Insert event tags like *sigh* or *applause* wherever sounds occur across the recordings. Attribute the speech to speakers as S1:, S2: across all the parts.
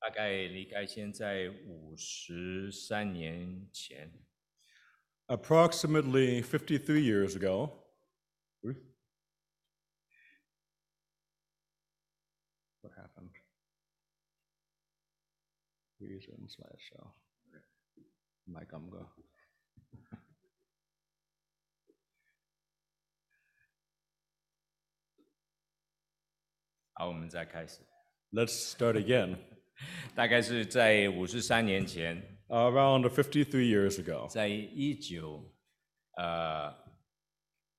S1: 大概离开现在五十三年前，
S2: Approximately 53 years ago,
S1: 好，我们再开始。
S2: let's start again.
S1: 大概是在五十三年前，
S2: Around 53 years ago,
S1: 在一九呃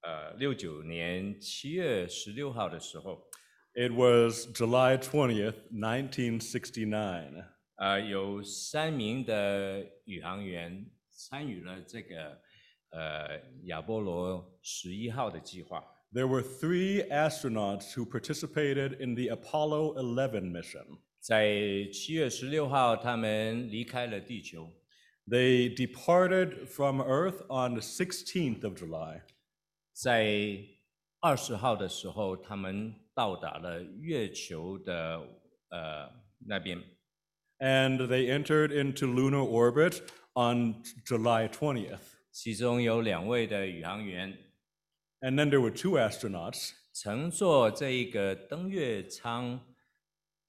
S1: 呃六九年七月十六号的时候，
S2: it was July 20th, 1969.
S1: 呃，有三名的宇航员参与了这个呃亚波罗十一号的计划。
S2: There were three astronauts who participated in the Apollo 11 mission.
S1: 在七月十六号，他们离开了地球。
S2: They departed from Earth on the 16th of July.
S1: 在二十号的时候，他们到达了月球的呃那边，
S2: and they entered into lunar orbit on July 20th.
S1: 其中有两位的宇航员
S2: And then there were two astronauts
S1: 乘坐这一个登月舱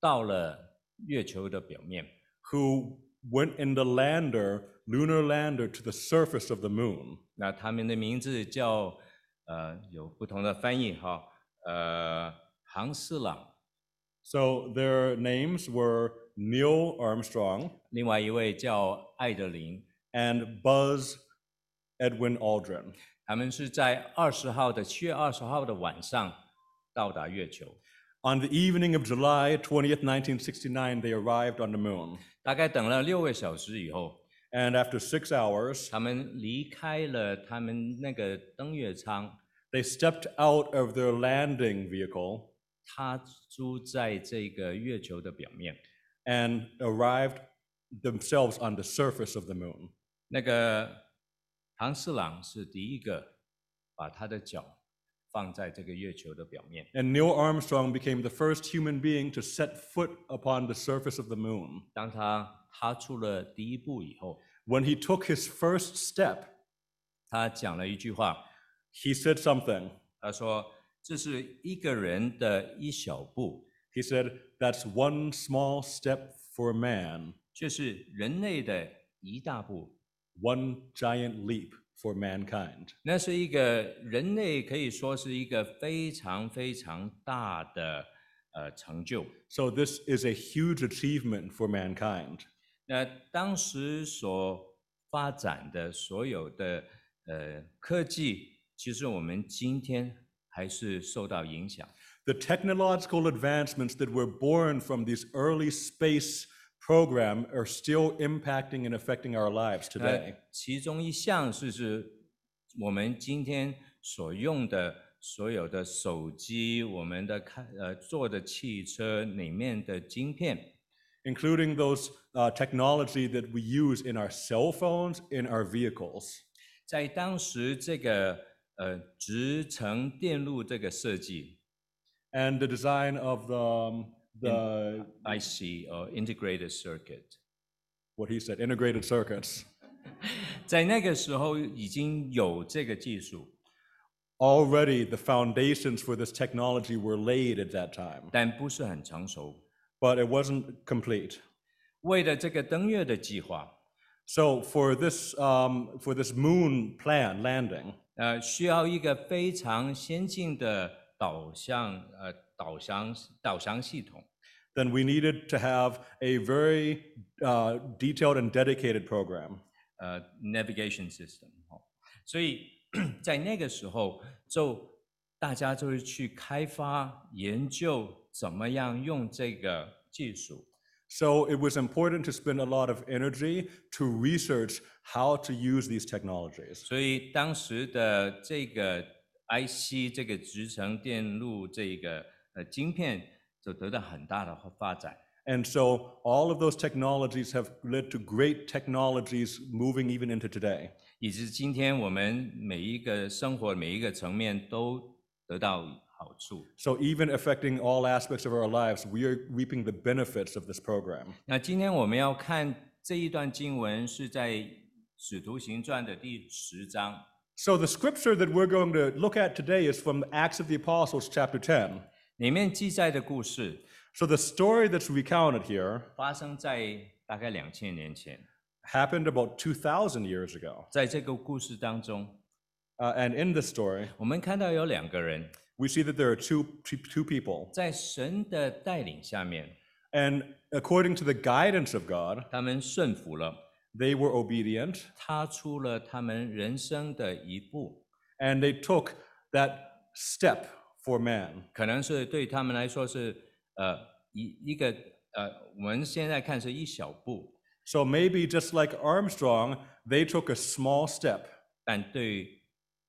S1: 到了月球的表面。
S2: who went in the lander, lunar lander, to the surface of the moon.
S1: 那他们的名字叫呃有不同的翻译哈，呃，杭斯朗，
S2: So their names were Neil Armstrong
S1: 另外一位叫艾德琳，
S2: and Buzz Edwin Aldrin.
S1: 他们是在二十号的七月二十号的晚上到达月球。
S2: On the evening of July 20th, 1969, they arrived on the moon.
S1: 大概等了六个小时以后，
S2: And after six hours,
S1: 他们离开了他们那个登月舱，
S2: they stepped out of their landing vehicle
S1: 踏出在这个月球的表面。
S2: and arrived themselves on the surface of the moon.
S1: 那个唐四朗是第一个把他的脚放在这个月球的表面。
S2: And Neil Armstrong became the first human being to set foot upon the surface of the moon.
S1: 当他踏出了第一步以后，
S2: When he took his first step,
S1: 他讲了一句话，
S2: he said something.
S1: 他说：“这是一个人的一小步，
S2: He said, That's one small step for man,
S1: 却是人类的一大步。
S2: one giant leap for mankind. ”
S1: 那是一个人类可以说是一个非常非常大的呃成就。
S2: So, this is a huge achievement for mankind.
S1: 那当时所发展的所有的呃科技，其实我们今天还是受到影响。
S2: The technological advancements that were born from these early space program are still impacting and affecting our lives
S1: 那
S2: today.
S1: 其中一项是是我们今天所用的所有的手机，我们的开呃坐的汽车里面的晶片，
S2: including those uh, technology that we use in our cell phones, in our vehicles.
S1: 在当时这个呃直程电路这个设计
S2: And the design of the, um, the
S1: IC 呃 Integrated Circuit，
S2: what he said, integrated circuits.
S1: 在那个时候已经有这个技术，
S2: Already the foundations for this technology were laid at that time,
S1: 但不是很成熟。
S2: but it wasn't complete.
S1: 为了这个登月的计划，
S2: So for this, um, for this moon plan landing,
S1: 呃，需要一个非常先进的导向呃导向导向系统。
S2: then we needed to have a very uh, detailed and dedicated program.
S1: 呃 navigation system 哦，所以 *clears throat* 在那个时候就大家就是去开发研究怎么样用这个技术。
S2: So it was important to spend a lot of energy to research how to use these technologies.
S1: 所以当时的这个 IC 这个集成电路这个呃晶片就得到很大的发展。
S2: And so all of those technologies have led to great technologies moving even into today.
S1: 以致今天我们每一个生活每一个层面都得到好处。
S2: So, even affecting all aspects of our lives, we are reaping the benefits of this program.
S1: 那今天我们要看这一段经文是在《使徒行传》的第十章。
S2: So, the scripture that we're going to look at today is from Acts of the Apostles, chapter 10.
S1: 里面记载的故事
S2: So, the story that's recounted here
S1: 发生在大概两千年前，
S2: happened about 2,000 years ago.
S1: 在这个故事当中，
S2: Uh, and in this story,
S1: 我们看到有两个人
S2: we see that there are two, two, two people.
S1: 在神的带领下面，
S2: And according to the guidance of God,
S1: 他们顺服了，
S2: they were obedient
S1: 踏出了他们人生的一步，
S2: and they took that step for man.
S1: 可能是对他们来说是呃一一个呃，我们现在看是一小步，
S2: So maybe just like Armstrong, they took a small step.
S1: 但对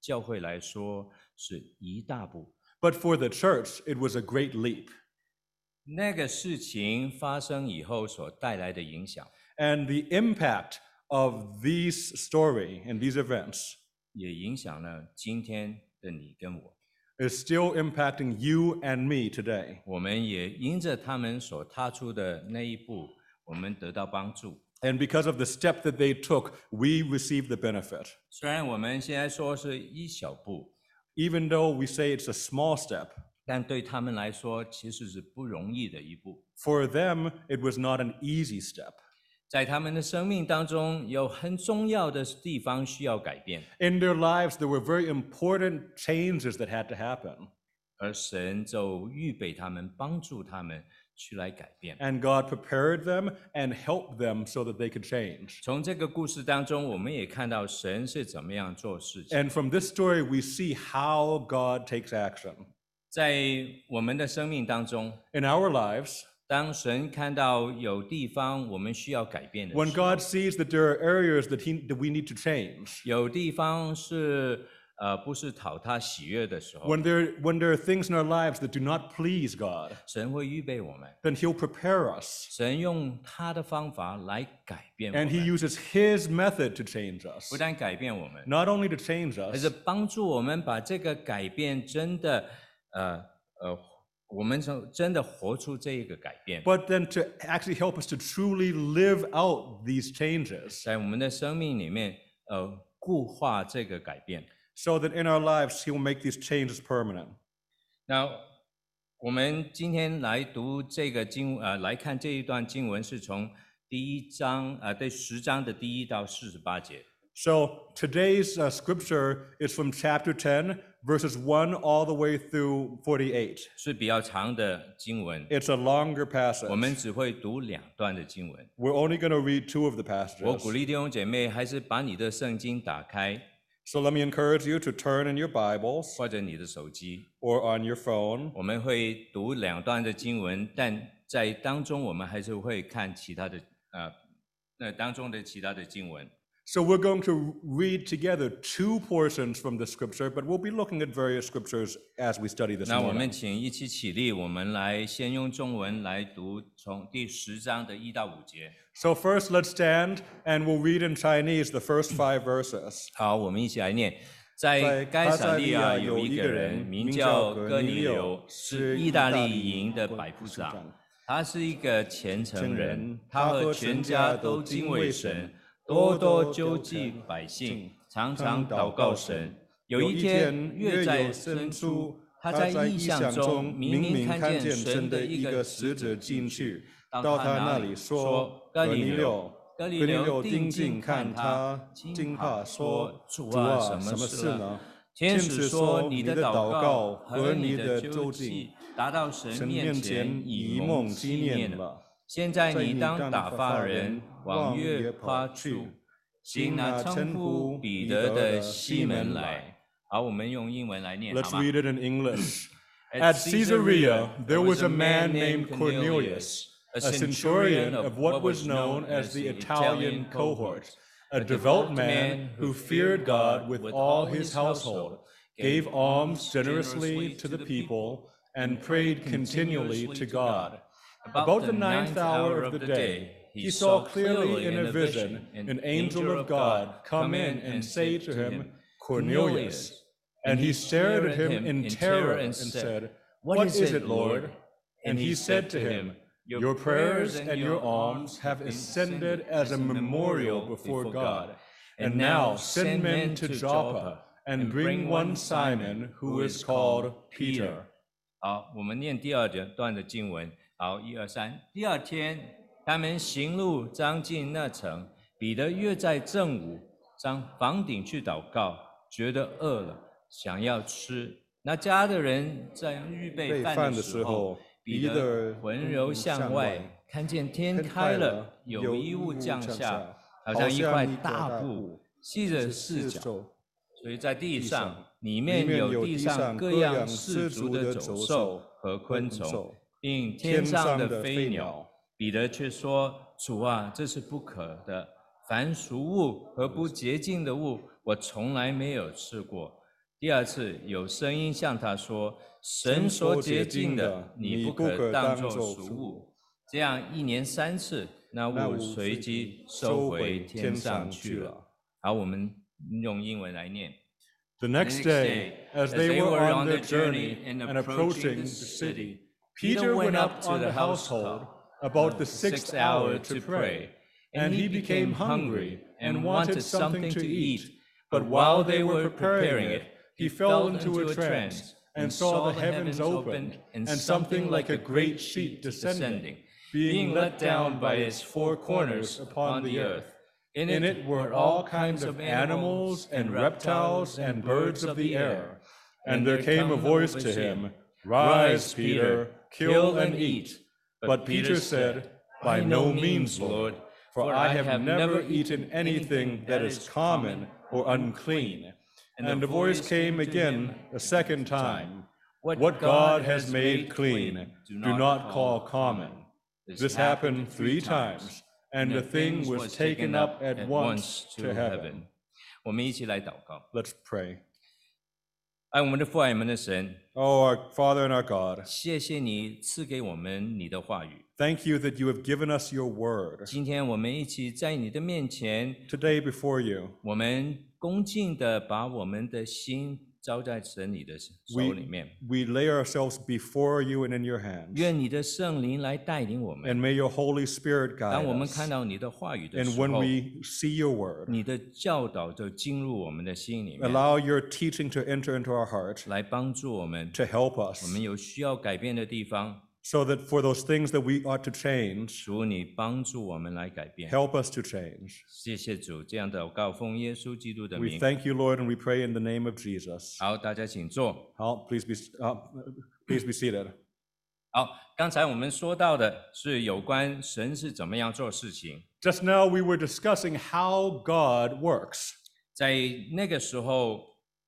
S1: 教会来说是一大步。
S2: But for the church, it was a great leap.
S1: 那个事情发生以后所带来的影响，
S2: And the impact of these story and these events
S1: 也影响了今天的你跟我。
S2: is still impacting you and me today.
S1: 我们也因着他们所踏出的那一步，我们得到帮助。
S2: And because of the step that they took, we receive the benefit.
S1: 虽然我们现在说是一小步，
S2: Even though we say it's a small step,
S1: 但对他们来说其实是不容易的一步。
S2: for them, it was not an easy step.
S1: 在他们的生命当中，有很重要的地方需要改变，
S2: In their lives, there were very important changes that had to happen.
S1: 而神就预备他们，帮助他们去来改变。
S2: And God prepared them and helped them so that they could change.
S1: 从这个故事当中，我们也看到神是怎么样做事情。
S2: And from this story, we see how God takes action.
S1: 在我们的生命当中，
S2: In our lives,
S1: 当神看到有地方我们需要改变的
S2: when
S1: 时候，
S2: God sees that there are areas that, he, that we need to change,
S1: 有地方是呃不是讨他喜悦的时候，
S2: when there, when there are things in our lives that do not please God,
S1: 神会预备我们，
S2: then He'll prepare us
S1: 神用他的方法来改变我
S2: And he
S1: 们，
S2: uses his method to change us.
S1: 不但改变我们，
S2: Not only to change
S1: 而
S2: us,
S1: 是帮助我们把这个改变真的呃呃，我们从真的活出这一个改变。
S2: but then to actually help us to truly live out these changes
S1: 在我们的生命里面，呃，固化这个改变。
S2: so that in our lives he will make these changes permanent.
S1: 那我们今天来读这个经，呃，来看这一段经文，是从第一章，呃，对十章的第一到四十八节。
S2: So today's uh, scripture is from chapter 10, verses 1 all the way through 48.
S1: 是比较长的经文，
S2: It's a longer
S1: 我们
S2: passage.
S1: 只会读两段的经文。
S2: We're only going to read two of the
S1: 我鼓
S2: passages.
S1: 励弟兄姐妹，还是把你的圣经打开，
S2: So let me encourage you to turn in your Bibles
S1: 或者你的手机，
S2: or on your phone.
S1: 我们会读两段的经文，但在当中我们还是会看其他的，呃，那当中的其他的经文。
S2: So we're going to read together two portions from the scripture, but we'll be looking at various scriptures as we study this
S1: 那我们
S2: morning.
S1: 请一起起立，我们来先用中文来读从第十章的一到五节。
S2: So first, let's stand and we'll read in Chinese the first five verses.
S1: 好，我们一起来念。
S2: 在
S1: 在该
S2: 撒
S1: 撒利
S2: 利
S1: 亚
S2: 亚
S1: 有
S2: 有
S1: 一
S2: 一
S1: 个
S2: 个
S1: 人，
S2: 人
S1: 名
S2: 名
S1: 叫
S2: 叫
S1: 哥
S2: 格
S1: 尼
S2: 尼
S1: 流
S2: 流，
S1: 是
S2: 是
S1: 意
S2: 意
S1: 大
S2: 大利
S1: 利营
S2: 营
S1: 的
S2: 的
S1: 百
S2: 百
S1: 夫
S2: 夫
S1: 长
S2: 长，
S1: 他是一个虔诚
S2: 虔
S1: 人
S2: 诚，
S1: 他
S2: 他
S1: 和
S2: 和
S1: 全
S2: 全
S1: 家
S2: 家
S1: 都
S2: 都
S1: 敬
S2: 敬
S1: 畏
S2: 畏
S1: 神
S2: 神，
S1: 多
S2: 多
S1: 多救
S2: 多救
S1: 济
S2: 济
S1: 百姓
S2: 姓，
S1: 常常
S2: 常
S1: 祷告
S2: 祷告
S1: 神
S2: 神。
S1: 有
S2: 有
S1: 一
S2: 一
S1: 天，
S2: 天
S1: 月
S2: 月
S1: 在
S2: 有
S1: 伸
S2: 伸
S1: 出
S2: 出，
S1: 他
S2: 他
S1: 在
S2: 在
S1: 意
S2: 意
S1: 象
S2: 象
S1: 中
S2: 中
S1: 明
S2: 明
S1: 明
S2: 明
S1: 看
S2: 看
S1: 见
S2: 见
S1: 神
S2: 神
S1: 的
S2: 的
S1: 一
S2: 一
S1: 个
S2: 个
S1: 使
S2: 使
S1: 者
S2: 者
S1: 进
S2: 进
S1: 去
S2: 去，
S1: 到
S2: 到
S1: 他
S2: 他
S1: 那
S2: 那
S1: 里
S2: 里
S1: 说
S2: 说：“
S1: 哥
S2: 哥
S1: 尼
S2: 尼
S1: 流
S2: 流，
S1: 哥
S2: 哥
S1: 尼
S2: 尼
S1: 流
S2: 流
S1: 定
S2: 定
S1: 睛
S2: 睛
S1: 看
S2: 看
S1: 他
S2: 他，
S1: 惊
S2: 惊
S1: 怕
S2: 怕
S1: 说
S2: 说：‘
S1: 主
S2: 主
S1: 啊，
S2: 啊，
S1: 什
S2: 什
S1: 么
S2: 么
S1: 事
S2: 事
S1: 呢
S2: 呢？’
S1: 天
S2: 天
S1: 使
S2: 使
S1: 说
S2: 说：‘
S1: 你
S2: 你
S1: 的
S2: 的
S1: 祷
S2: 祷
S1: 告
S2: 告
S1: 和
S2: 和
S1: 你
S2: 你
S1: 的
S2: 的
S1: 究
S2: 究
S1: 竟
S2: 竟
S1: 达到神
S2: 神
S1: 面
S2: 面
S1: 前
S2: 前
S1: 以
S2: 以
S1: 梦
S2: 梦
S1: 纪
S2: 纪
S1: 念
S2: 念
S1: 了
S2: 了。
S1: 现在
S2: 在
S1: 你
S2: 你
S1: 当
S2: 当
S1: 打
S2: 打
S1: 发
S2: 发
S1: 人
S2: 人
S1: 往
S2: 往
S1: 约
S2: 约
S1: 帕
S2: 帕
S1: 处
S2: 去，
S1: 行那
S2: 行那
S1: 称
S2: 称
S1: 呼
S2: 呼
S1: 彼
S2: 彼
S1: 得
S2: 得
S1: 的
S2: 的
S1: 西
S2: 西
S1: 门
S2: 门
S1: 来
S2: 来。
S1: 好，我们用英文来念
S2: Let's
S1: 好吗
S2: read it in English.
S1: At
S2: At Caesarea, there was a man named Cornelius, a centurion of what was known as the Italian cohort, a devout man who feared God with all his household, gave alms generously to the people, and prayed continually to God. About the ninth hour of the day, he saw clearly in a vision an angel of God come in and say to him, Cornelius. And he stared at him in terror and said, What is it, Lord? And he said to him, Your prayers and your alms have ascended as a memorial before God. And now send men to Joppa and bring one Simon, who is called Peter.
S1: 好，我们念第二段的经文。好，一二三。第二天，他们行路将近那城，彼得约在正午上房顶去祷告，觉得饿了，想要吃。那家的人在预备饭的时候，彼得魂游向外，看见天开了，有衣物降下，好像一块大布，系着四角，所以在地上，里面有地上各样四足的走兽和昆虫，并天上的飞鸟。彼得却说：“主啊，这是不可的。凡俗物和不洁净的物，我从来没有吃过。”第二次，有声音向他说：“神所洁净的，你不可当作俗物。”这样一年三次，那物随即收回天上去了。好，我们用英文来念。
S2: The next day, as they were on their journey and approaching the city, Peter went up to the household. about the sixth hour to pray. And he became hungry and wanted something to eat. But while they were preparing it, he fell into a trance and saw the heavens opened and something like a great sheet descending, being let down by its four corners upon the earth. In it were all kinds of animals and reptiles and birds of the air. And there came a voice to him, Rise, Peter, kill and eat. But Peter said, By no means, Lord, for I have never eaten anything that is common or unclean. And the voice came again a second time What God has made clean, do not call common. This happened three times, and the thing was taken up at once to heaven.
S1: 我们一起来祷告。
S2: Let's pray.
S1: 爱我们的父，爱我们的神。
S2: Oh, our Father and our God,
S1: 谢谢你赐给我们你的话语。
S2: thank you that you have given us your word
S1: 今天我们一起在你的面前，
S2: today before you.
S1: 我们恭敬的把我们的心交在神你的手里
S2: We,
S1: 面。
S2: we lay ourselves before you and in your hands.
S1: 愿你的圣灵来带领我们。
S2: And may your Holy Spirit
S1: 当
S2: guide
S1: 我们
S2: us.
S1: 看到你的话语的
S2: And
S1: 时
S2: when
S1: 候，
S2: we see your word,
S1: 你的教导就进入我们的心里面，
S2: allow your teaching to enter into our heart
S1: 来帮助我们。
S2: to help
S1: 我
S2: us
S1: 们有需要改变的地方，
S2: so that for those things that we ought to change,
S1: 主你帮助我们来改变。
S2: help us to change.
S1: 谢谢主，这样祷告奉耶稣基督的
S2: We
S1: 名。
S2: thank you, Lord, and we pray in the name of Jesus.
S1: 好，大家请坐。
S2: Oh, please be, uh, please be seated.
S1: 好，刚才我们说到的是有关神是怎么样做事情。
S2: Just now we were discussing how God works.
S1: 在那个时候，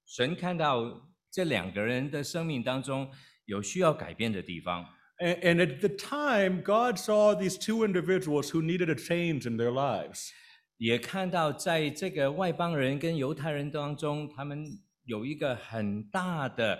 S1: 神看到这两个人的生命当中有需要改变的地方，
S2: A- And at the time, God saw these two individuals who needed a change in their lives.
S1: 也看到在这个外邦人跟犹太人当中，他们有一个很大的、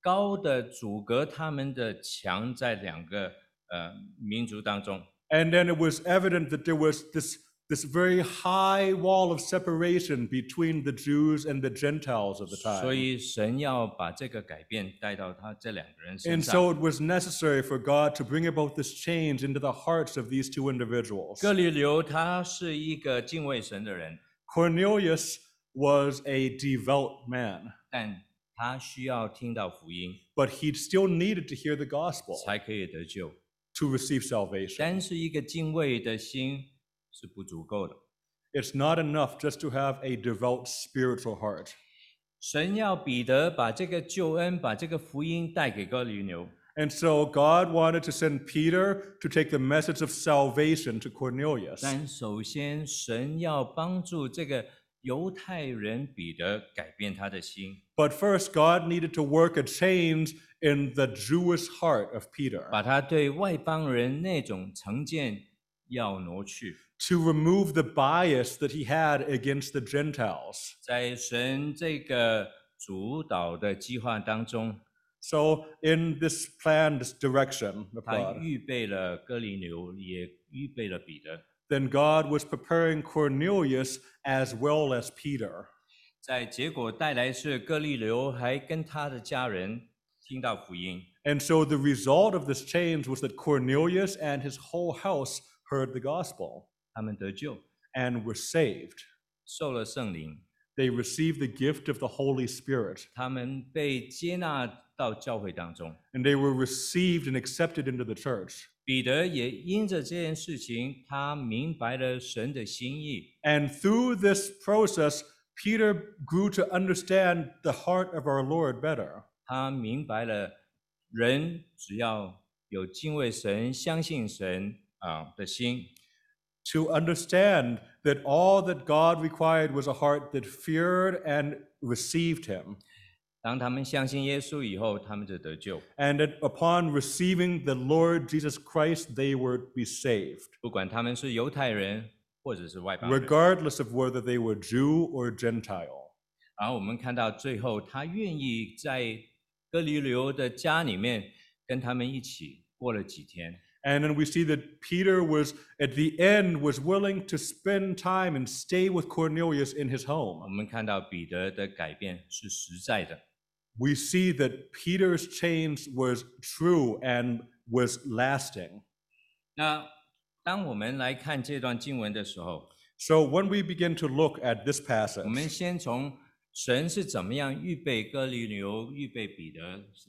S1: 高的阻隔他们的墙在两个呃民族当中。
S2: And then it was evident that there was this, this very high wall of separation between the Jews and the Gentiles of the
S1: 所
S2: time.
S1: 以神要把这个改变带到他这两个人身
S2: And
S1: 上。
S2: so it was necessary for God to bring about this change into the hearts of these two individuals.
S1: 哥里流他是一个敬畏神的人，
S2: Cornelius was a devout man,
S1: 但他需要听到福音
S2: but he still needed to hear the gospel
S1: 才可以得救。
S2: to receive salvation.
S1: 单是一个敬畏的心是不足够的。
S2: It's not enough just to have a devout spiritual heart.
S1: 神要彼得把这个救恩、把这个福音带给哥里流，
S2: And so God wanted to send Peter to take the message of salvation to Cornelius.
S1: 但首先神要帮助这个犹太人彼得改变他的心，
S2: But first, God needed to work a change in the Jewish heart of Peter
S1: 把他对外邦人那种成见要挪去。
S2: to remove the bias that he had against the Gentiles.
S1: 在神这个主导的计划当中，
S2: So, in this plan, this direction of
S1: 他
S2: God,
S1: 预备了哥林流，也预备了彼得。
S2: then God was preparing Cornelius as well as Peter.
S1: 在结果带来是哥利流还跟他的家人听到福音，
S2: And so the result of this change was that Cornelius and his whole house heard the gospel
S1: 他们得救，
S2: and were saved.
S1: 受了圣灵，
S2: They received the gift of the Holy Spirit,
S1: 他们被接纳到教会当中。
S2: and they were received and accepted into the church.
S1: 彼得也因着这件事情，他明白了神的心意，
S2: And through this process, Peter grew to understand the heart of our Lord better.
S1: 他明白了人只要有敬畏神、相信神啊的心，
S2: to understand that all that God required was a heart that feared and received him.
S1: 当他们相信耶稣以后，他们就得救，
S2: And that upon receiving the Lord Jesus Christ, they would be saved,
S1: 不管他们是犹太人或者是外邦人。
S2: regardless of whether they were Jew or Gentile.
S1: 然后我们看到最后，他愿意在哥尼流的家里面跟他们一起过了几天。
S2: And then we see that Peter was, at the end, was willing to spend time and stay with Cornelius in his
S1: 我
S2: home.
S1: 们看到彼得的改变是实在的，
S2: We see that Peter's change was true and was lasting.
S1: 那当我们来看这段经文的时候，
S2: So when we begin to look at this
S1: 我们
S2: passage,
S1: 先从神是怎么样预备哥尼流、预备彼得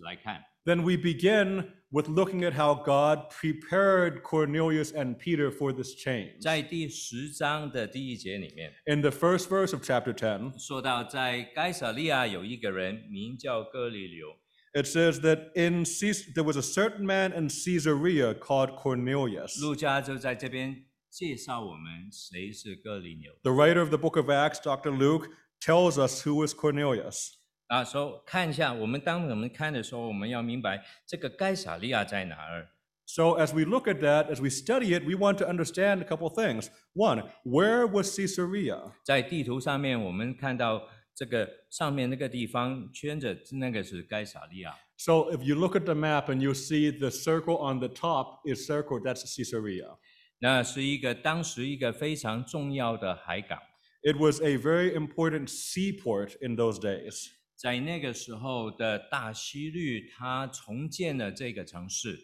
S1: 来看。
S2: then we begin with looking at how God prepared Cornelius and Peter for this change.
S1: 在第十章的第一节里面
S2: In the first verse of chapter 10,
S1: 说到，在该撒利亚有一个人名叫哥尼流，
S2: it says that in Caes- there was a certain man in Caesarea called Cornelius.
S1: 陆家就在这边介绍我们谁是哥尼流。
S2: The writer of the book of Acts, Dr. Luke, tells us who was Cornelius.
S1: 啊，所以看一下，我们当我们看的时候，我们要明白这个该撒利亚在哪儿。
S2: So as we look at that, as we study it, we want to understand a couple things. One, where was Caesarea?
S1: 在地图上面，我们看到这个上面那个地方圈着那个是该撒利亚，
S2: So if you look at the map and you see the circle on the top is circle, that's Caesarea.
S1: 那是一个当时一个非常重要的海港。
S2: It was a very important seaport in those days.
S1: 在那个时候的大希律，他重建了这个城市，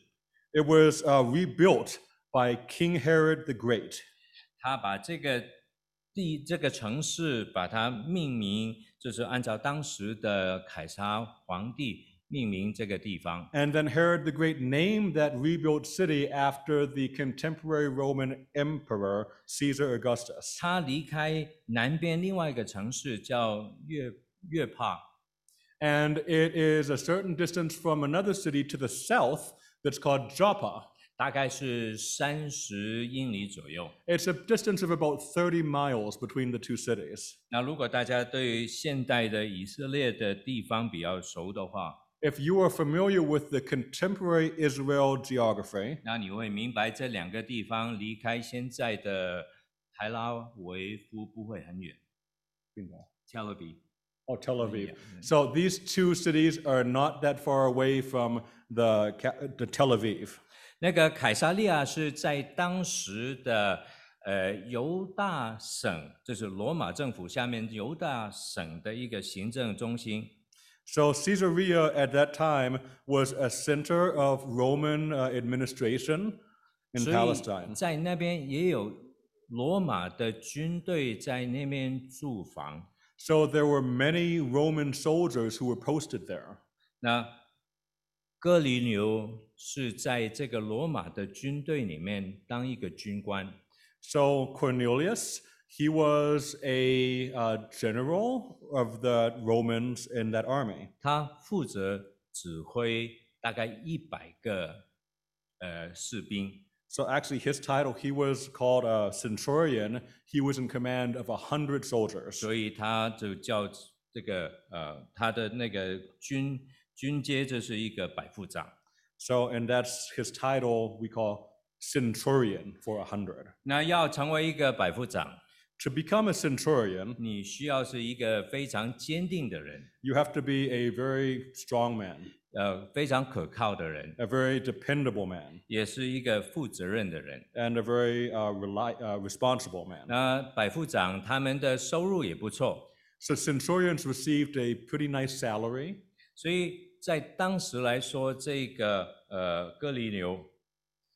S2: It was uh, rebuilt by King Herod the Great.
S1: 他把这个地这个城市把它命名，就是按照当时的凯撒皇帝命名这个地方。
S2: And then Herod the Great named that rebuilt city after the contemporary Roman emperor, Caesar Augustus.
S1: 他离开南边另外一个城市叫越越帕，
S2: And it is a certain distance from another city to the south that's called Joppa.
S1: 大概是三十英里左右。
S2: It's a distance of about 30 miles between the two cities.
S1: 那如果大家对现代的以色列的地方比较熟的话，
S2: If you are familiar with the contemporary Israel geography,
S1: 那你会明白这两个地方离开现在的台拉维夫不会很远。Tel Aviv，
S2: Oh, Tel Aviv.
S1: Yeah.
S2: So these two cities are not that far away from the, ca- the Tel Aviv.
S1: 那个凯撒利亚是在当时的呃犹大省，就是罗马政府下面犹大省的一个行政中心。
S2: So Caesarea at that time was a center of Roman uh, administration in
S1: 所
S2: Palestine.
S1: 以在那边也有罗马的军队在那边驻防。
S2: So there were many Roman soldiers who were posted there.
S1: 那哥尼流是在这个罗马的军队里面当一个军官，
S2: So Cornelius, he was a uh, general of the Romans in that army.
S1: 他负责指挥大概一百个呃士兵。
S2: So actually, his title, he was called a centurion. He was in command of a hundred soldiers.
S1: 所以他就叫这个呃，他的那个军军阶就是一个百夫长。
S2: So, and that's his title we call centurion for a hundred.
S1: 那要成为一个百夫长，
S2: To become a centurion,
S1: 你需要是一个非常坚定的人，
S2: you have to be a very strong man,
S1: 呃，非常可靠的人，
S2: a very dependable man,
S1: 也是一个负责任的人。
S2: and a very uh, reli- uh, responsible man.
S1: 那百夫长他们的收入也不错，
S2: So centurions received a pretty nice salary.
S1: 所以在当时来说，这个呃哥尼流，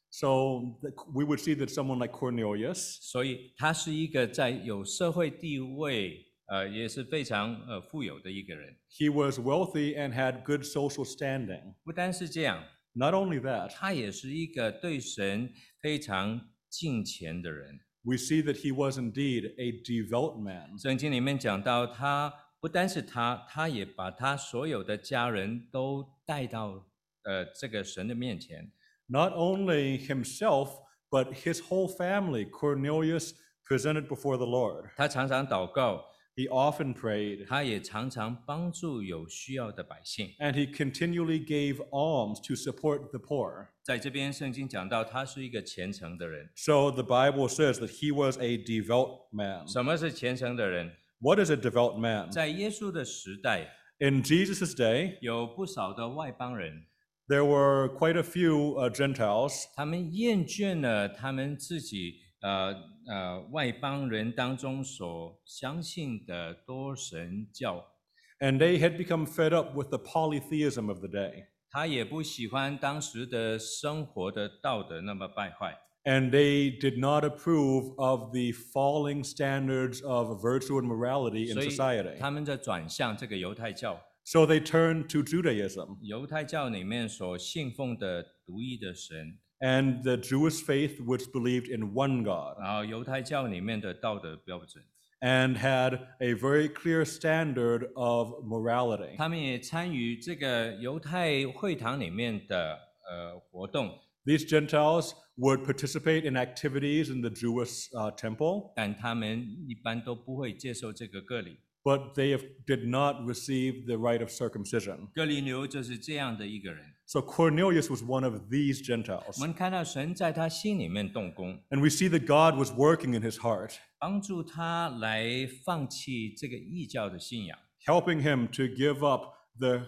S2: So th- we would see that someone like Cornelius,
S1: 所以他是一个在有社会地位，呃，也是非常呃富有的一个人。
S2: he was wealthy and had good social standing.
S1: 不单是这样，
S2: Not only that,
S1: 他也是一个对神非常敬虔的人。
S2: we see that he was indeed a devout man.
S1: 圣经里面讲到他，不单是他，他也把他所有的家人都带到呃这个神的面前。
S2: Not only himself, but his whole family, Cornelius presented before the Lord.
S1: 他常常祷告，
S2: He often prayed,
S1: 他也常常帮助有需要的百姓。
S2: and he continually gave alms to support the poor.
S1: 在这边，圣经讲到他是一个虔诚的人。
S2: So the Bible says that he was a devout man.
S1: 什么是虔诚的人？
S2: What is a devout man?
S1: 在耶稣的时代，
S2: In Jesus' day,
S1: 有不少的外邦人，
S2: there were quite a few uh, Gentiles
S1: 他们厌倦了他们自己呃呃外邦人当中所相信的多神教，
S2: and they had become fed up with the polytheism of the day.
S1: 他也不喜欢当时的生活的道德那么败坏，
S2: And they did not approve of the falling standards of virtue and morality in
S1: 所以
S2: society.
S1: 他们就转向这个犹太教。
S2: So they turned to Judaism,
S1: 犹太教里面所信奉的独一的神，
S2: and the Jewish faith, which believed in one God
S1: 然后犹太教里面的道德标准，
S2: and had a very clear standard of morality.
S1: 他们也参与这个犹太会堂里面的呃活动，
S2: These Gentiles would participate in activities in the Jewish uh, temple,
S1: 但他们一般都不会接受这个割礼。
S2: but they have, did not receive the rite of circumcision.
S1: 哥林流就是这样的一个人。
S2: So Cornelius was one of these Gentiles.
S1: 我们看到神在他心里面动工，
S2: And we see that God was working in his heart,
S1: 帮助他来放弃这个异教的信仰，
S2: helping him to give up the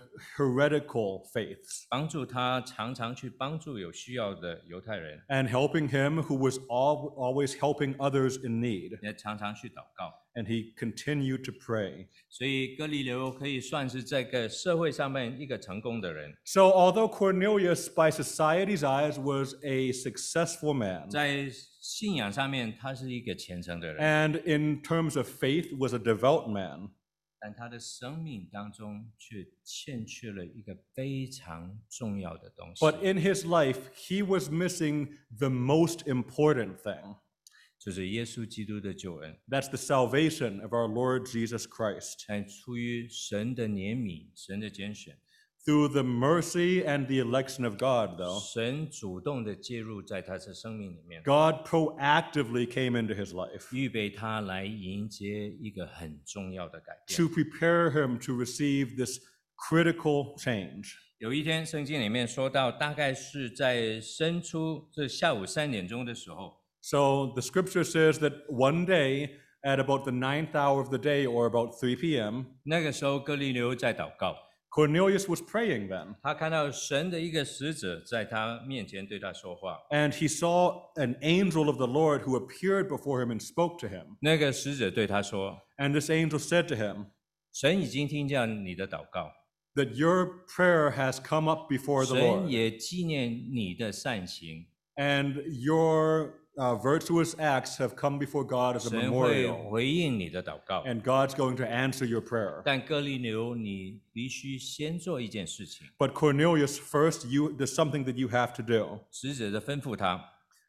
S2: heretical faiths,
S1: 帮助他常常去帮助有需要的犹太人，
S2: and helping him who was al- always helping others in need.
S1: 也常常去祷告。
S2: And he continued to pray.
S1: 所以哥尼流可以算是这个社会上面一个成功的人，
S2: So, although Cornelius, by society's eyes, was a successful man,
S1: 在信仰上面他是一个虔诚的人，
S2: and in terms of faith, was a devout man,
S1: 但他的生命当中却欠缺了一个非常重要的东西，
S2: but in his life, he was missing the most important thing.
S1: 就是耶稣基督的救恩。
S2: That's the salvation of our Lord Jesus Christ.
S1: 但出于神的怜悯、神的拣选，
S2: Through the mercy and the election of God, though,
S1: 神主动的介入在他的生命里面，
S2: God proactively came into his life
S1: 预备他来迎接一个很重要的改变
S2: to。prepare him to receive this critical change.
S1: 有一天，圣经里面说到，大概是在生出这下午三点钟的时候，
S2: So the scripture says that one day, at about the ninth hour of the day, or about 3 p.m.,
S1: 那个时候哥利流在祷告，
S2: Cornelius was praying then,
S1: 他看到神的一个使者在他面前对他说话。
S2: and he saw an angel of the Lord who appeared before him and spoke to him.
S1: 那个使者对他说
S2: And this angel said to him,：“
S1: 神已经听见你的祷告，
S2: that your prayer has come up before the
S1: 神
S2: Lord,
S1: 也纪念你的善行，
S2: and your uh, virtuous acts have come before God as a
S1: 神会
S2: memorial,
S1: 回应你的祷告。
S2: and God's going to answer your prayer.
S1: 但哥利流，你必须先做一件事情。
S2: But Cornelius, first, you there's something that you have to do. ”
S1: 使者的吩咐他，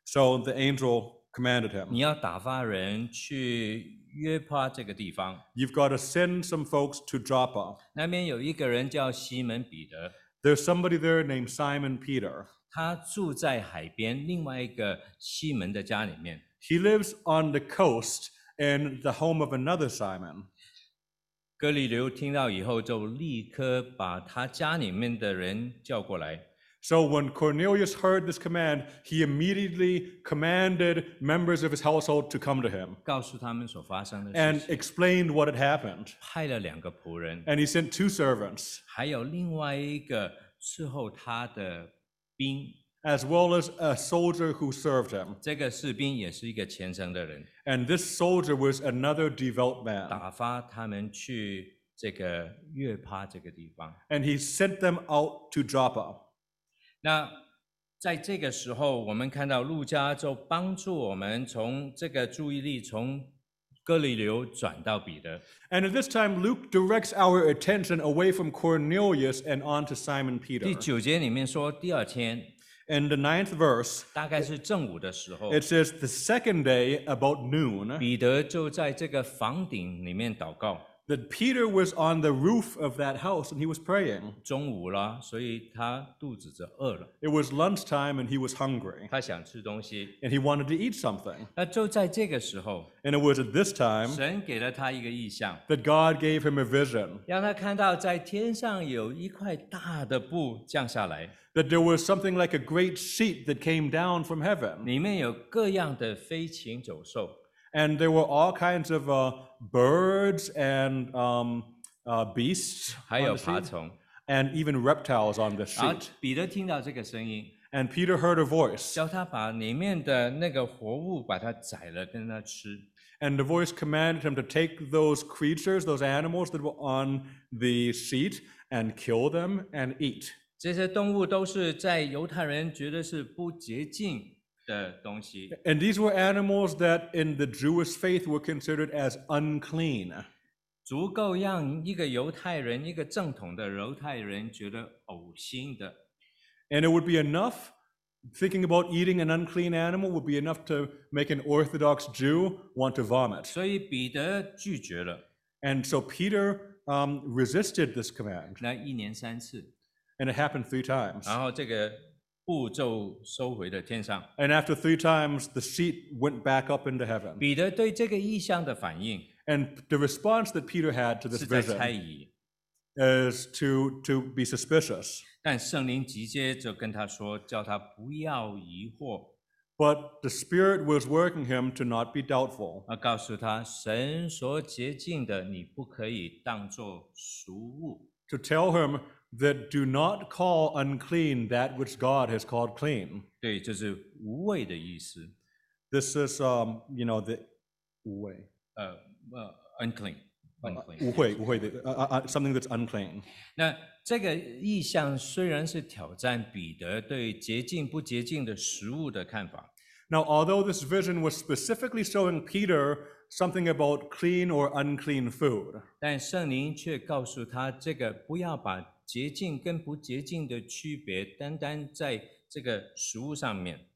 S2: So the angel commanded
S1: 你
S2: him,
S1: 要打发人去约帕这个地方，
S2: "You've got to send some folks to Joppa.
S1: 那边有一个人叫西门彼得，
S2: There's somebody there named Simon Peter.
S1: 他住在海边另外一个西门的家里面。
S2: He lives on the coast in the home of another Simon."
S1: 哥利流听到以后，就立刻把他家里面的人叫过来，
S2: So when Cornelius heard this command, he immediately commanded members of his household to come to him
S1: 告诉他们所发生的事
S2: and
S1: 情，
S2: explained what had happened.
S1: 派了两个仆人，
S2: And he sent two servants
S1: 还有另外一个伺候他的兵，
S2: as well as a soldier who served him.
S1: 这个士兵也是一个虔诚的人，
S2: And this soldier was another devout man.
S1: 打发他们去这个月趴这个地方。
S2: And he sent them out to Joppa.
S1: 那在这个时候，我们看到路加就帮助我们从这个注意力从哥里流转到彼得。
S2: And at this time, Luke directs our attention away from Cornelius and on to Simon
S1: 第
S2: Peter.
S1: 九节里面说，第二天
S2: In the ninth verse,
S1: 大概是正午的时候，
S2: it says, The second day, about noon,
S1: 彼得就在这个房顶里面祷告。
S2: that Peter was on the roof of that house and he was praying.
S1: 中午了，所以他肚子就饿了，
S2: It was lunchtime and he was hungry
S1: 他想吃东西。
S2: and he wanted to eat something.
S1: 那就在这个时候，
S2: And it was at this time
S1: 神给了他一个意象，
S2: that God gave him a vision
S1: 让他看到在天上有一块大的布降下来，
S2: that there was something like a great sheet that came down from heaven.
S1: 里面有各样的飞禽走兽，
S2: And there were all kinds of uh, birds and um, uh, beasts
S1: 还
S2: on
S1: 有
S2: the
S1: 爬
S2: sheet,
S1: 虫。
S2: and even reptiles on the
S1: 然后
S2: sheet.
S1: 彼得听到这个声音，
S2: And Peter heard a voice,
S1: 叫他把里面的那个活物把它宰了，跟他吃。
S2: and the voice commanded him to take those creatures, those animals that were on the sheet, and kill them and eat.
S1: 这些动物都是在犹太人觉得是不洁净的东西。
S2: And these were animals that in the Jewish faith were considered as unclean.
S1: 足够让一个犹太人，一个正统的犹太人觉得呕心的。
S2: And it would be enough, thinking about eating an unclean animal would be enough to make an Orthodox Jew want to vomit.
S1: 所以彼得拒绝了。
S2: And so Peter um, resisted this command,
S1: 那一年三次，
S2: and it happened three times.
S1: 然后这个布就收回了天上。
S2: And after three times, the sheet went back up into heaven.
S1: 彼得对这个意象的反应
S2: And the response that Peter had to this
S1: 是在猜
S2: vision
S1: 疑，
S2: is to, to be suspicious.
S1: 但圣灵直接就跟他说，叫他不要疑惑，
S2: But the Spirit was working him to not be doubtful.
S1: 而啊告诉他，神所洁净的，你不可以当作俗物。
S2: to tell him that do not call unclean that which God has called clean.
S1: 对，就是无味的意思，
S2: This is, um, you know, the way.
S1: 呃呃，unclean，unclean。
S2: 哦 uh, uh, something that's unclean.
S1: 那这个意象虽然是挑战彼得对洁净不洁净的食物的看法，
S2: Now, although this vision was specifically showing Peter something about clean or unclean food,
S1: 但圣灵却告诉他，这个不要把洁净跟不洁净的区别单单在这个食物上面，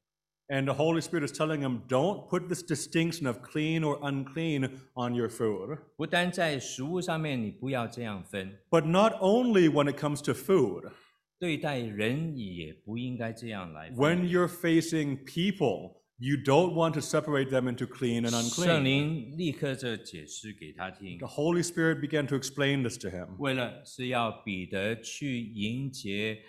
S2: and the Holy Spirit is telling him, don't put this distinction of clean or unclean on your food.
S1: 不单在食物上面，你不要这样分，
S2: But not only when it comes to food,
S1: 对待人也不应该这样来分。
S2: when you're facing people, you don't want to separate them into clean and unclean.
S1: 圣灵立刻就解释给他听
S2: The，Holy Spirit began to explain this to him
S1: 为了是要彼得去迎接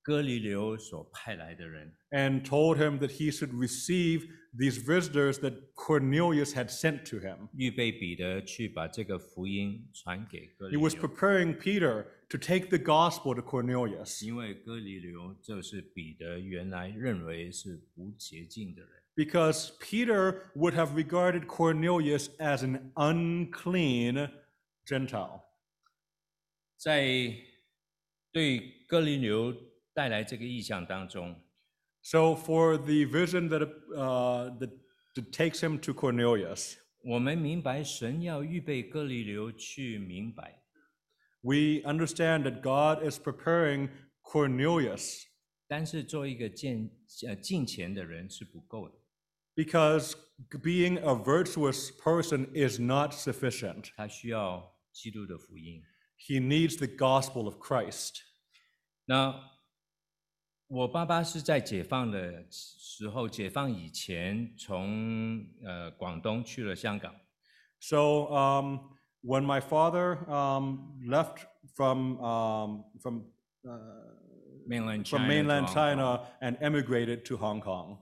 S1: 哥尼流所派来的人。
S2: and told him that he should receive these visitors that Cornelius had sent to him.
S1: 预备彼得去把这个福音传给哥
S2: He
S1: 尼
S2: was
S1: 流，
S2: preparing Peter to take the gospel to Cornelius
S1: 因为哥尼流就是彼得原来认为是无捷径的人。
S2: because Peter would have regarded Cornelius as an unclean Gentile.
S1: 在对哥尼流带来这个意象当中，
S2: So, for the vision that, uh, that, that takes him to Cornelius,
S1: 我们明白神要预备哥尼流去明白，
S2: we understand that God is preparing Cornelius
S1: 但是做一个见呃敬虔的人是不够的。
S2: Because being a virtuous person is not sufficient.
S1: 他需要基督的福音。
S2: He needs the gospel of Christ.
S1: 那我爸爸是在解放的时候，解放以前从呃广东去了香港，
S2: So um, when my father um, left from um, from uh,
S1: mainland China
S2: from mainland
S1: 就
S2: China and emigrated to Hong Kong,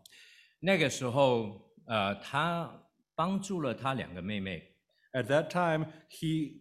S1: 那个时候呃他帮助了他两个妹妹，
S2: at that time he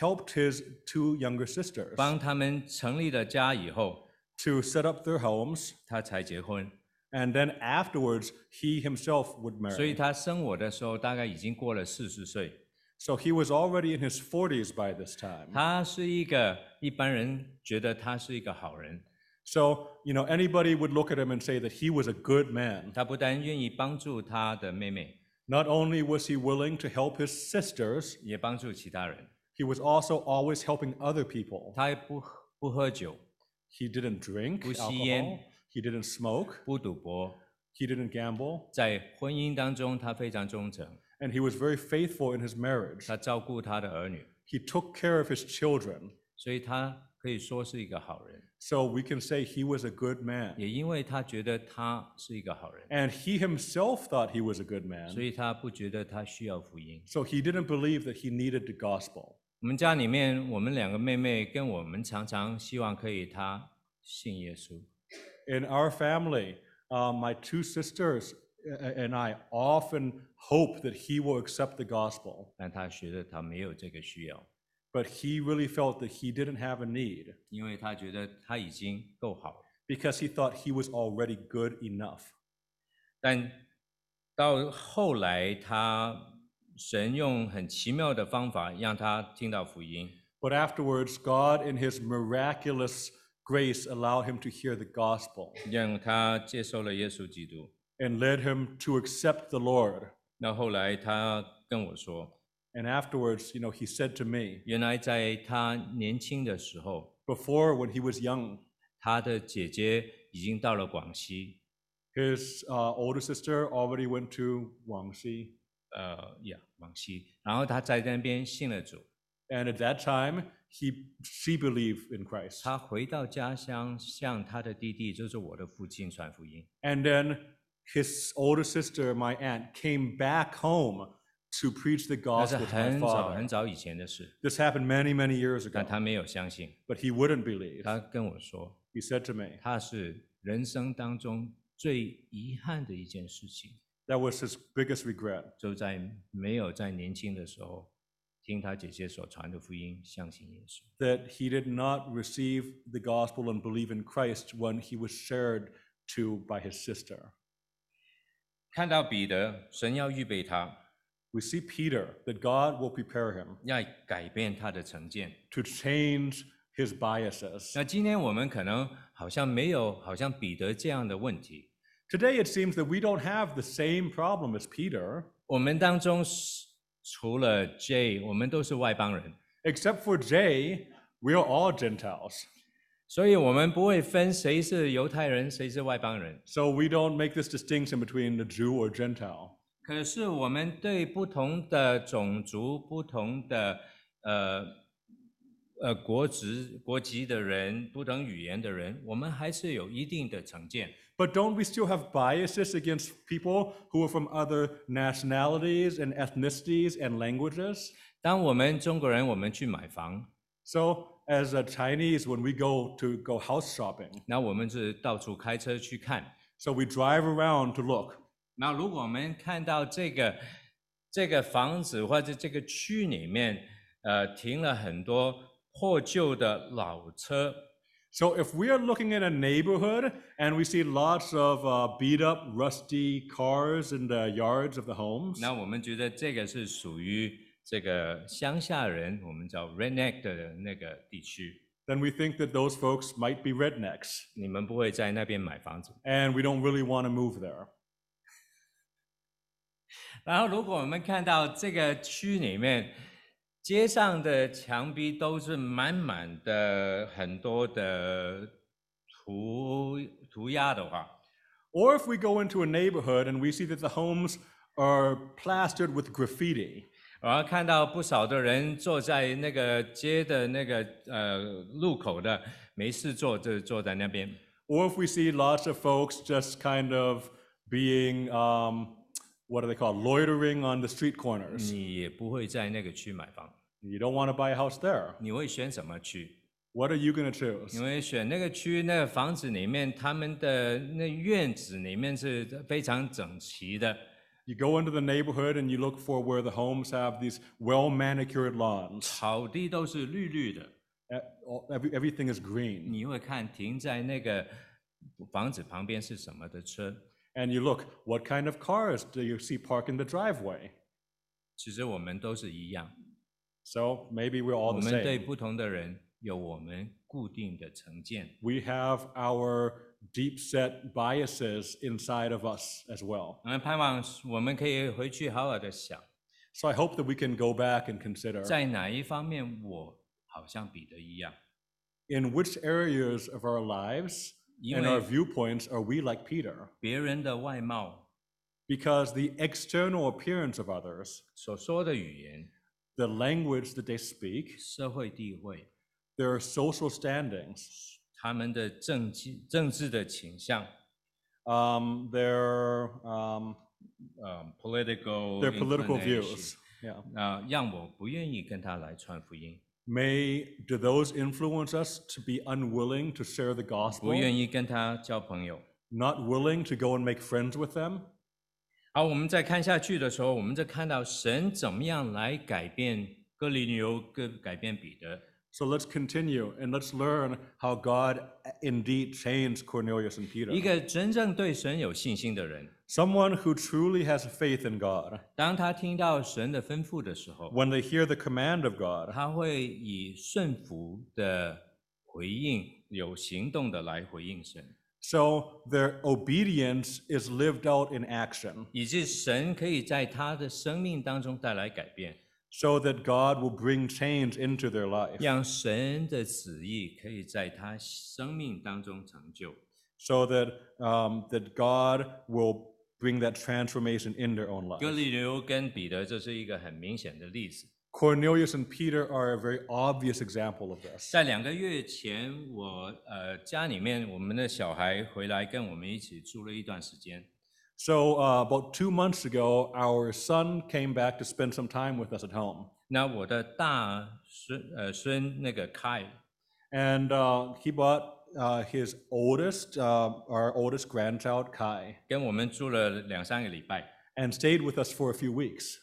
S2: helped his two younger sisters
S1: 帮他们成立了家以后，
S2: to set up their homes,
S1: 他才结婚。
S2: and then afterwards he himself would
S1: 所以
S2: marry.
S1: 他生我的时候大概已经过了四十岁。
S2: So he was already in his 40s by this time.
S1: 他是一个一般人觉得他是一个好人，
S2: So, you know, anybody would look at him and say that he was a good man.
S1: 他不但愿意帮助他的妹妹，
S2: Not only was he willing to help his sisters,
S1: 也帮助其他人。
S2: he was also always helping other people.
S1: 他也不喝不喝酒，
S2: He didn't drink
S1: 不吸烟。
S2: alcohol, he didn't smoke,
S1: 不赌博，
S2: he didn't gamble,
S1: 在婚姻当中他非常忠诚，
S2: and he was very faithful in his marriage.
S1: 他照顾他的儿女，
S2: He took care of his children.
S1: 所以他可以说是一个好人。
S2: So we can say he was a good man.
S1: 也因为他觉得他是一个好人，
S2: And he himself thought he was a good
S1: 所
S2: man.
S1: 以他不觉得他需要福音。
S2: So he didn't believe that he needed the gospel.
S1: 我们家里面，我们两个妹妹跟我们常常希望可以她信耶稣，
S2: In our family, uh, my two sisters a- a- and I often hope that he will accept the gospel.
S1: 但她觉得她没有这个需要，
S2: but he really felt that he didn't have a need
S1: 因为她觉得她已经够好了。
S2: because he thought he was already good enough.
S1: 但到后来，她神用很奇妙的方法让她听到福音，
S2: But afterwards, God, in his miraculous grace, allowed him to hear the gospel
S1: 让她接受了耶稣基督。
S2: and led him to accept the Lord.
S1: 那后来她跟我说，
S2: And afterwards, you know, he said to me,
S1: 原来在她年轻的时候，
S2: before when he was young,
S1: 她的姐姐已经到了广西，
S2: his uh, older sister already went to Guangxi.
S1: 呃呀，往西，然后他在那边信了主，
S2: And at that time, he she believed in Christ.
S1: 他回到家乡，向他的弟弟，就是我的父亲传福音。
S2: And then his older sister, my aunt, came back home to preach the
S1: 那是
S2: gospel to my
S1: 很早
S2: father.
S1: 很早以前的事，
S2: This happened many, many years
S1: 但
S2: ago,
S1: 他没有相信。
S2: but he wouldn't believe.
S1: 他跟我说，
S2: He said to me,
S1: 他是人生当中最遗憾的一件事情，
S2: that was his biggest regret
S1: 就在没有在年轻的时候听他姐姐所传的福音，相信耶稣。
S2: that he did not receive the gospel and believe in Christ when he was shared to by his sister.
S1: 看到彼得，神要预备他，
S2: We see Peter, that God will prepare him
S1: 要改变他的成见。
S2: to change his biases.
S1: 那今天我们可能好像没有，好像彼得这样的问题。
S2: Today, it seems that we don't have the same problem as Peter.
S1: 我们当中是除了 J，我们都是外邦人，
S2: Except for Jay, we are all Gentiles.
S1: 所以我们不会分谁是犹太人，谁是外邦人。
S2: So we don't make this distinction between the Jew or Gentile.
S1: 可是我们对不同的种族、不同的呃呃国籍、国籍的人、不同语言的人，我们还是有一定的成见。
S2: But don't we still have biases against people who are from other nationalities and ethnicities and languages?
S1: 当我们中国人，我们去买房，
S2: So as a Chinese, when we go to go house shopping,
S1: 那我们是到处开车去看。
S2: so we drive around to look.
S1: 那如果我们看到这个这个房子或者这个区里面，呃，停了很多破旧的老车，
S2: So if we are looking in a neighborhood and we see lots of uh, beat up, rusty cars in the yards of the homes,
S1: 那我们觉得这个是属于这个乡下人，我们叫 redneck 的那个地区，
S2: then we think that those folks might be rednecks,
S1: 你们不会在那边买房子。
S2: and we don't really want to move there.
S1: 然后，如果我们看到这个区里面，街上的墙壁都是满满的很多的涂涂鸦的话，
S2: Or if we go into a neighborhood and we see that the homes are plastered with graffiti,
S1: 然后看到不少的人坐在那个街的那个呃路口的，没事做就坐在那边。
S2: or if we see lots of folks just kind of being, um, what are they called, loitering on the street corners,
S1: 你也不会在那个区买房，
S2: you don't want to buy a house there.
S1: 你会选什么区？
S2: What are you going to choose?
S1: 你会选那个区，那个房子里面，他们的那院子里面是非常整齐的。
S2: You go into the neighborhood and you look for where the homes have these well manicured lawns.
S1: 草地都是绿绿的，Mm.
S2: E- all- every- Everything is green.
S1: 你会看停在那个房子旁边是什么的车。
S2: And you look, what kind of cars do you see parked in the driveway?
S1: 其实我们都是一样，
S2: So maybe we're all
S1: 我
S2: the
S1: 们对
S2: same.
S1: 不同的人有我们固定的成见。
S2: We have our deep set biases inside of us as well.
S1: 我们盼望我们可以回去好好的想，
S2: So I hope that we can go back and consider
S1: 在哪一方面我好像彼得一样，
S2: in which areas of our lives
S1: 因
S2: and our
S1: 为
S2: viewpoints are we like Peter?
S1: 别人的外貌、
S2: Because the external appearance of others,
S1: 所说的语言、
S2: the language that they speak,
S1: 社会地位、
S2: their social standings,
S1: 他们的政治政治的倾向，
S2: um, their um,
S1: 呃，political
S2: their political
S1: inclination
S2: views, yeah,
S1: 啊、让我不愿意跟他来传福音，
S2: may do those influence us to be unwilling to share the
S1: 不
S2: gospel,
S1: 愿意跟他交朋友。
S2: not willing to go and make friends with them.
S1: 好，我们再看下去的时候，我们就看到神怎么样来改变哥林流，跟改变彼得。
S2: So let's continue and let's learn how God uh, indeed changed Cornelius and Peter.
S1: 一个真正对神有信心的人，
S2: Someone who truly has faith in God,
S1: 当他听到神的吩咐的时候，
S2: when they hear the command of God,
S1: 他会以顺服的回应，有行动的来回应神，
S2: so their obedience is lived out in action,
S1: 以致神可以在他的生命当中带来改变，
S2: so that God will bring change into their life,
S1: 让神的旨意可以在他生命当中成就。
S2: so that um, that God will bring that transformation in their own life.
S1: 哥林流跟彼得这是一个很明显的例子。
S2: Cornelius and Peter are a very obvious example of this.
S1: 在两个月前，我呃家里面我们的小孩回来跟我们一起住了一段时间。
S2: So uh, about two months ago, our son came back to spend some time with us at home,
S1: 那我的大孙呃孙那个 Kai，
S2: and uh, he bought uh, his oldest, uh, our oldest grandchild Kai,
S1: 跟我们住了两三个礼拜。
S2: and stayed with us for a few weeks.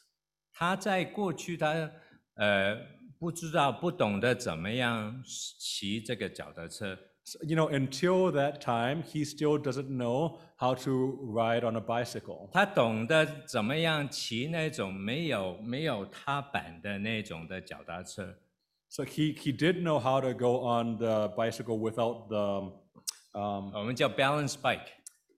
S1: 他在过去他呃不知道不懂得怎么样骑这个脚踏车，
S2: So, you know, until that time, he still doesn't know how to ride on a bicycle.
S1: 他懂得怎么样骑那种没有没有踏板的那种的脚踏车。
S2: So he he did know how to go on the bicycle without the, um,
S1: 我们叫 balance bike，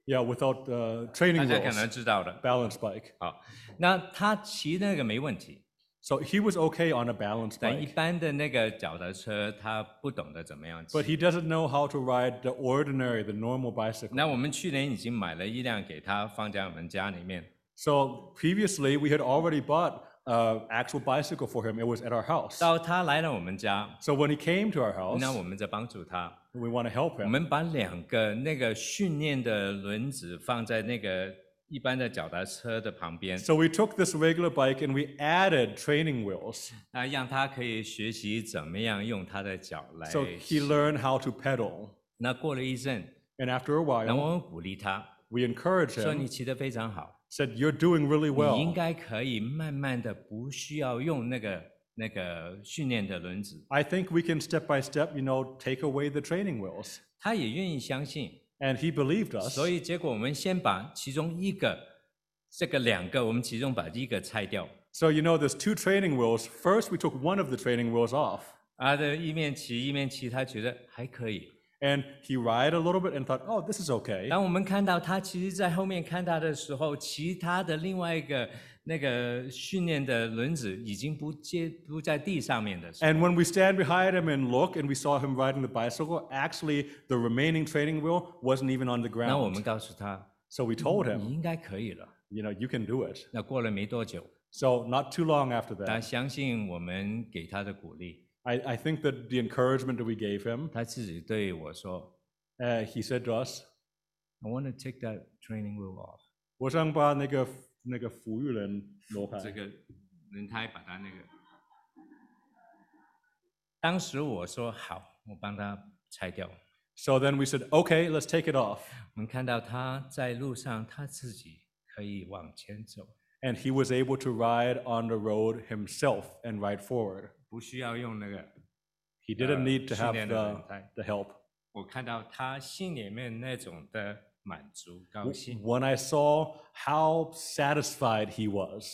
S2: yeah, without the
S1: 大
S2: training
S1: 家可能
S2: wheels,
S1: 知道的。
S2: balance bike.
S1: 好，那他骑那个没问题，
S2: So he was okay on a balance
S1: 但一
S2: bike.
S1: 般的那个脚踏车他不懂得怎么样骑
S2: But。he doesn't know how to ride the ordinary, the normal bicycle.
S1: 那我们去年已经买了一辆给他放在我们家里面，
S2: So previously, we had already bought an actual bicycle for him. It was at our house.
S1: 到他来了我们家，
S2: So when he came to our house,
S1: 那我们在帮助他。
S2: we want to help
S1: 我
S2: him.
S1: 们把两个那个训练的轮子放在那个一般的脚踏车的旁边，
S2: So we took this regular bike and we added training wheels.
S1: 那让他可以学习怎么样用他的脚来
S2: So he
S1: 骑。
S2: learned how to pedal.
S1: 那过了一阵，
S2: And after a
S1: 然后
S2: while,
S1: 我们鼓励他
S2: we encouraged
S1: 说：“你
S2: him,
S1: 骑得非常好。”
S2: said, You're doing really
S1: 你应
S2: well.
S1: 该可以慢慢的，不需要用那个那个训练的轮子。
S2: I think we can step by step, you know, take away the training wheels.
S1: 他也愿意相信，
S2: And he believed us.
S1: 所以结果我们先把其中一个，这个两个，我们其中把一个拆掉。
S2: So, you know, there's two training wheels. First, we took one of the training wheels off.
S1: 啊，的一面骑一面骑，他觉得还可以。
S2: And he ride a little bit and thought, oh, this is okay.
S1: 当我们看到他其实在后面看他的时候，其他的另外一个那个训练的轮子已经不接不在地上面的时候，
S2: And when we stand behind him and look and we saw him riding the bicycle, actually the remaining training wheel wasn't even on the
S1: 那我们
S2: ground.
S1: 告诉他，
S2: So we told
S1: 你
S2: him,
S1: 应该可以了。
S2: you know, you can do it.
S1: 那过了没多久，
S2: So not too long after
S1: 他
S2: that,
S1: 相信我们给他的鼓励，
S2: I, I think that the encouragement that we gave him,
S1: 他自己对我说
S2: uh, he said to us,
S1: ：“I want to take that training wheel off。
S2: 我想把那个那个浮玉人挪开。”
S1: 这个轮胎把它那个。当时我说好，我帮他拆掉。
S2: So then we said, okay, let's take it off.
S1: 我们看到他在路上他自己可以往前走，
S2: And he was able to ride on the road himself and ride forward.
S1: 不需要用那个
S2: He didn't
S1: Uh,
S2: need to have
S1: 训练的轮胎。
S2: the, the help.
S1: 我看到他心里面那种的满足高
S2: W-
S1: 兴，
S2: When I saw how satisfied he was,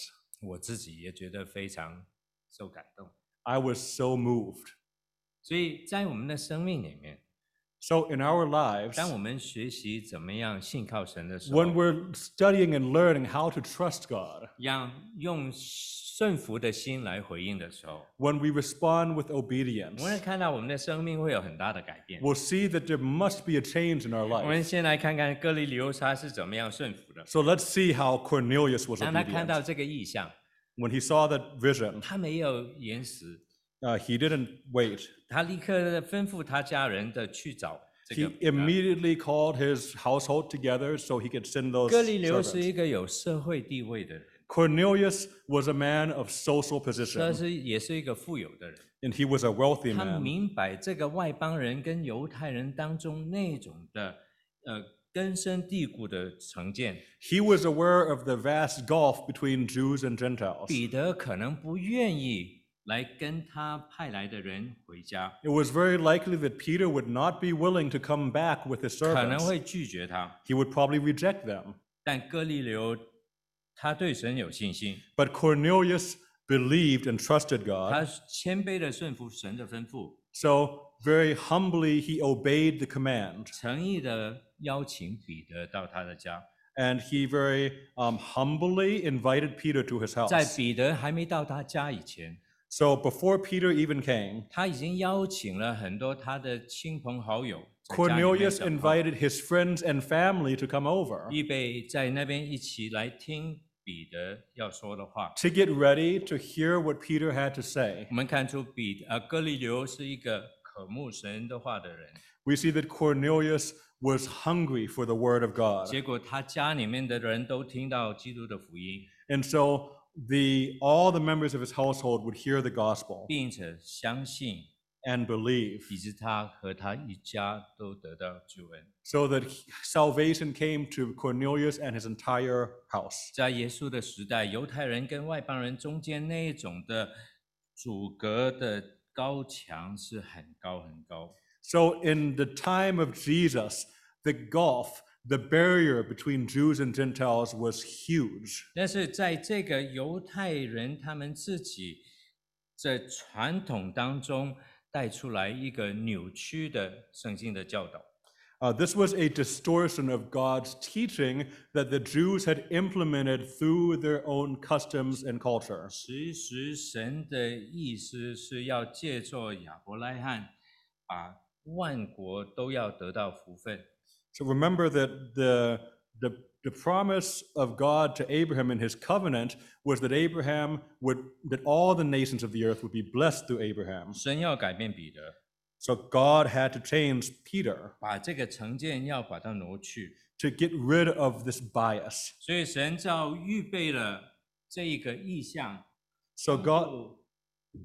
S1: 我自己也觉得非常受感动。
S2: I was so moved.
S1: 所以在我们的生命里面，
S2: So in our lives,
S1: 当我们学习怎么样信靠神的时候
S2: when，we're studying and learning how to trust God,
S1: 让用顺服的心来回应的时候，
S2: when we respond with obedience,
S1: 我们看到我们的生命会有很大的改变。
S2: we'll see that there must be a change in our
S1: 我们
S2: life.
S1: 先来看看哥利流沙是怎么样顺服的。
S2: So let's see how Cornelius was
S1: 当他看
S2: obedient.
S1: 到这个意象，
S2: When he saw that vision,
S1: 他没有延时，
S2: uh, he didn't wait.
S1: 他立刻吩咐他家人的去找这
S2: He
S1: 个。
S2: immediately called his household together so he could send those
S1: 哥利流是
S2: servants.
S1: 一个有社会地位的人，
S2: Cornelius was a man of social
S1: 但
S2: position,
S1: 是也是一个富有的人。
S2: and he was a wealthy
S1: 他
S2: man.
S1: 明白这个外邦人跟犹太人当中那种的呃根深蒂固的成见，
S2: He was aware of the vast gulf between Jews and Gentiles.
S1: 彼得可能不愿意来跟他派来的人回家，
S2: It was very likely that Peter would not be willing to come back with his
S1: 可能
S2: servants.
S1: 会拒绝他。
S2: He would probably reject them.
S1: 但哥利流他对神有信心，
S2: But Cornelius believed and trusted
S1: 他
S2: God.
S1: 谦卑的顺服神的吩咐，
S2: So very humbly, he obeyed the command.
S1: 诚意的邀请彼得到他的家。
S2: And he very um, humbly invited Peter to his
S1: 在
S2: house.
S1: 彼得还没到他家以前，
S2: So before Peter even came,
S1: 他已经邀请了很多他的亲朋好友在家里面
S2: Cornelius
S1: 等候
S2: invited his friends and family to come over
S1: 预备在那边一起来听彼得要说的话。
S2: to get ready to hear what Peter had to say.
S1: 我们看出彼呃哥利流是一个渴慕神的话的人，
S2: We see that Cornelius was hungry for the word of God.
S1: 结果他家里面的人都听到基督的福音，
S2: And so the all the members of his household would hear the gospel
S1: 并且相信，
S2: and believe
S1: 以致他和他一家都得到救恩。
S2: so that he- salvation came to Cornelius and his entire house.
S1: 在耶稣的时代，犹太人跟外邦人中间那一种的阻隔的高墙是很高很高。
S2: So in the time of Jesus, the gulf, the barrier between Jews and Gentiles was huge.
S1: 但是在这个犹太人他们自己在传统当中带出来一个扭曲的圣经的教导，
S2: Uh, this was a distortion of God's teaching that the Jews had implemented through their own customs and culture.
S1: 其实神的意思是要借助亚伯拉罕，把万国都要得到福分。
S2: So remember that the, the, the promise of God to Abraham in his covenant was that Abraham would, that all the nations of the earth would be blessed through Abraham.
S1: 神要改变彼得，
S2: So God had to change Peter
S1: 把这个成见要把它挪去，
S2: to get rid of this bias.
S1: 所以神就预备了这一个意象，
S2: So Oh God,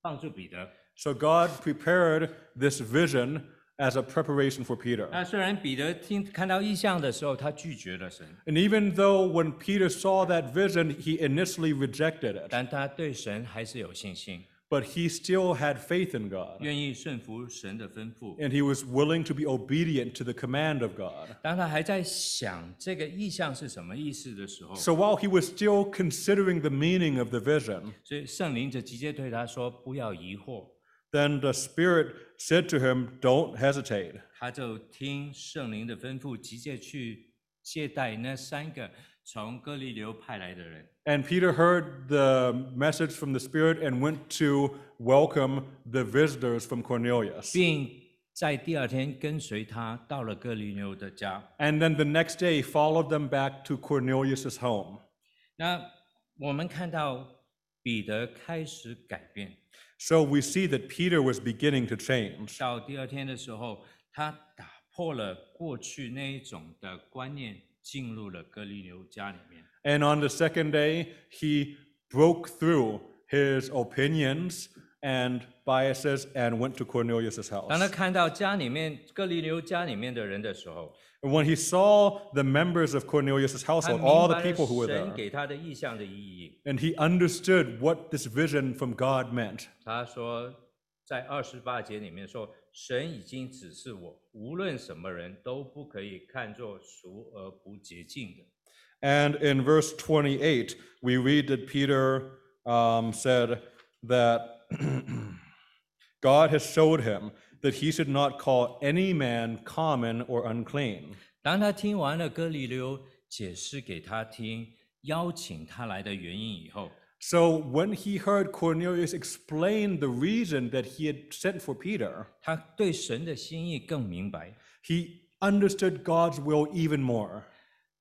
S1: 帮助彼得。
S2: so God prepared this vision as a preparation for
S1: 那
S2: Peter.
S1: 虽然彼得听看到异象的时候，他拒绝了神，
S2: And even though when Peter saw that vision, he initially rejected it,
S1: 但他对神还是有信心，
S2: but he still had faith in God
S1: 愿意顺服神的吩咐。
S2: and he was willing to be obedient to the command of God.
S1: 当他还在想这个意象是什么意思的时候，
S2: So while he was still considering the meaning of the vision,
S1: 所以圣灵就直接对他说：“不要疑惑。
S2: then the Spirit said to him, Don't hesitate. ”
S1: 他就听圣灵的吩咐，直接去接待那三个从哥利流派来的人。
S2: And Peter heard the message from the Spirit and went to welcome the visitors from Cornelius.
S1: 并在第二天跟随他到了哥利流的家。
S2: And then the next day followed them back to Cornelius's home.
S1: 那我们看到彼得开始改变，
S2: So we see that Peter was beginning to change.
S1: 到第二天的时候，他打破了过去那一种的观念，进入了哥利流家里面。
S2: And on the second day, he broke through his opinions and biases and went to Cornelius's
S1: 当他
S2: house.
S1: 看到家里面哥利流家里面的人的时候，
S2: And when he saw the members of Cornelius's
S1: 他
S2: household,
S1: 明
S2: all the
S1: 白
S2: people
S1: 了
S2: who were
S1: 神
S2: there,
S1: 给他的意象的意义。
S2: and he understood what this vision from God meant.
S1: 他说，在二十八节里面说，神已经指示我，无论什么人都不可以看作俗而不洁净的。
S2: And in verse 28, we read that Peter um, said that *clears throat* God has showed him that he should not call any man common or unclean.
S1: 当他听完了哥尼流解释给他听，邀请他来的原因以后，
S2: So when he heard Cornelius explain the reason that he had sent for Peter,
S1: 他对神的心意更明白。
S2: he understood God's will even more.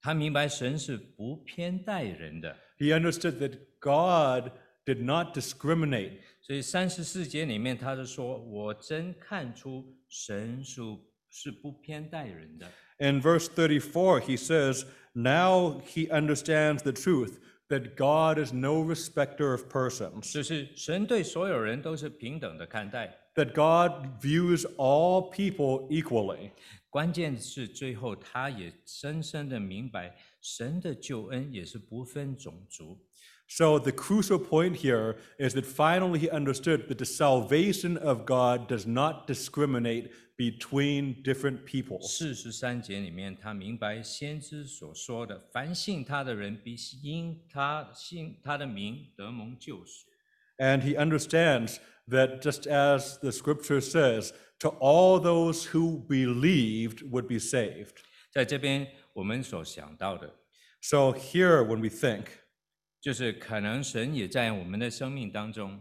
S1: 他明白神是不偏待人的，
S2: He understood that God did not discriminate.
S1: 所以三十四节里面，他就说：“我真看出神是是不偏待人的。
S2: In verse 34, he says, Now he understands the truth that God is no respecter of persons,
S1: 就是神对所有人都是平等的看待。
S2: that God views all people equally.
S1: 关键是最后，他也深深的明白，神的救恩也是不分种族。
S2: So the crucial point here is that finally he understood that the salvation of God does not discriminate between different people.
S1: 四十三节里面，他明白先知所说的：“凡信他的人，必因他信他的名得蒙救赎。
S2: And he understands that just as the scripture says, to all those who believed would be saved. ”
S1: 在这边，我们所想到的，
S2: So here, when we think,
S1: 就是可能神也在我们的生命当中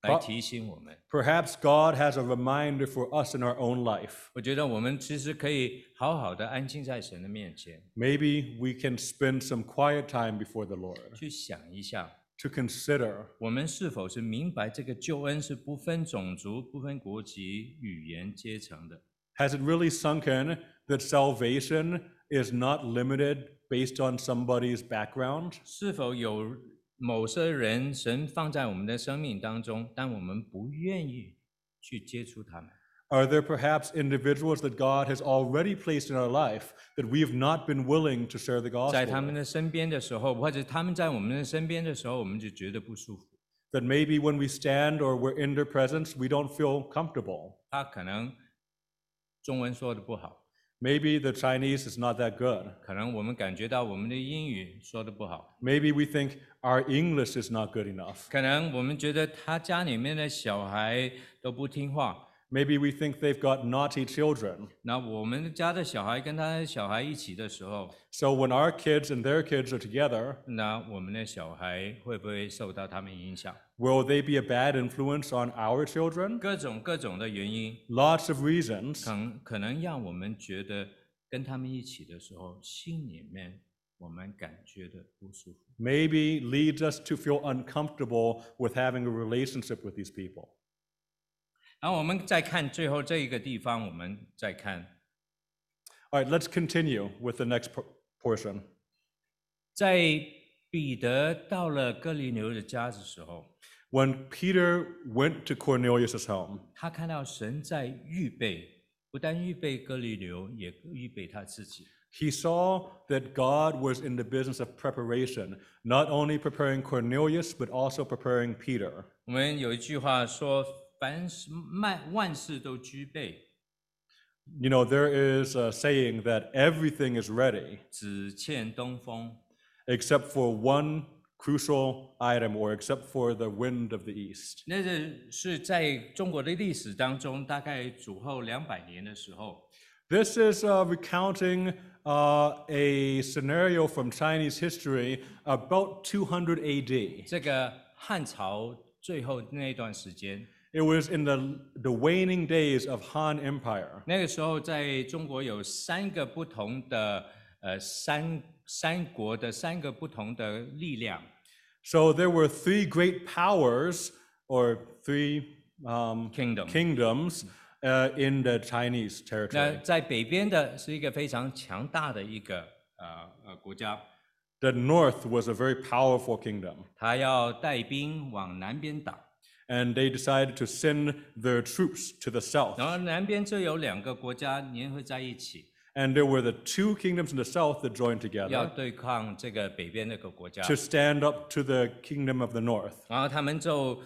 S1: 来
S2: 好
S1: 提醒我们。
S2: perhaps God has a reminder for us in our own life.
S1: 我觉得我们其实可以好好的安静在神的面前，
S2: Maybe we can spend some quiet time before the Lord
S1: 去想一下，
S2: to consider
S1: 我们是否是明白这个救恩是不分种族、不分国籍、语言阶层的？
S2: has it really sunk in that salvation is not limited based on somebody's background?
S1: 是否有某些人神放在我们的生命当中，但我们不愿意去接触他们？
S2: Are there perhaps individuals that God has already placed in our life that we have not been willing to share the
S1: 在他
S2: gospel
S1: 们
S2: with?
S1: 的身边的时候，或者他们在我们的身边的时候，我们就觉得不舒服。
S2: That maybe when we stand or we're in their presence, we don't feel comfortable.
S1: 他可能中文说的不好，
S2: Maybe the Chinese is not that good.
S1: 可能我们感觉到我们的英语说的不好，
S2: Maybe we think our English is not good enough.
S1: 可能我们觉得他家里面的小孩都不听话。
S2: Maybe we think they've got naughty children.
S1: 那我们家的小孩跟他的小孩一起的时候，
S2: So when our kids and their kids are together,
S1: 那我们的小孩会不会受到他们影响？
S2: will they be a bad influence on our children?
S1: 各种各种的原因，
S2: Lots of reasons.
S1: 可能可能让我们觉得跟他们一起的时候，心里面我们感觉的不舒服。
S2: Maybe leads us to feel uncomfortable with having a relationship with these people.
S1: 然后我们再看最后这一个地方，我们再看
S2: All right, let's continue with the next por- portion.
S1: 在彼得到了哥尼流的家的时候，
S2: When Peter went to Cornelius' home,
S1: 他看到神在预备，不但预备哥尼流，也预备他自己。
S2: he saw that God was in the business of preparation, not only preparing Cornelius, but also preparing Peter.
S1: 我们有一句话说：“凡事万万事都具备，
S2: You know, there is a saying that everything is ready
S1: 只欠东风。
S2: except for one crucial item or except for the wind of the east. ”
S1: 那个是在中国的历史当中，大概主后两百年的时候，
S2: This is uh, recounting uh, a scenario from Chinese history about 200 AD.
S1: 这个汉朝最后那段时间，
S2: It was in the, the waning days of Han Empire.
S1: 那个时候在中国有三个不同的呃三三国的三个不同的力量，
S2: So there were three great powers or three um,
S1: Kingdom.
S2: kingdoms uh, in the Chinese
S1: 那
S2: territory.
S1: 在北边的是一个非常强大的一个呃呃国家，
S2: The north was a very powerful kingdom,
S1: 他要带兵往南边打，
S2: and they decided to send their troops to the south.
S1: 然后南边就有两个国家联合在一起，
S2: And there were the two kingdoms in the south that joined
S1: 要
S2: together
S1: 对抗这个北边那个国家。
S2: to stand up to the kingdom of the north.
S1: 然后他们就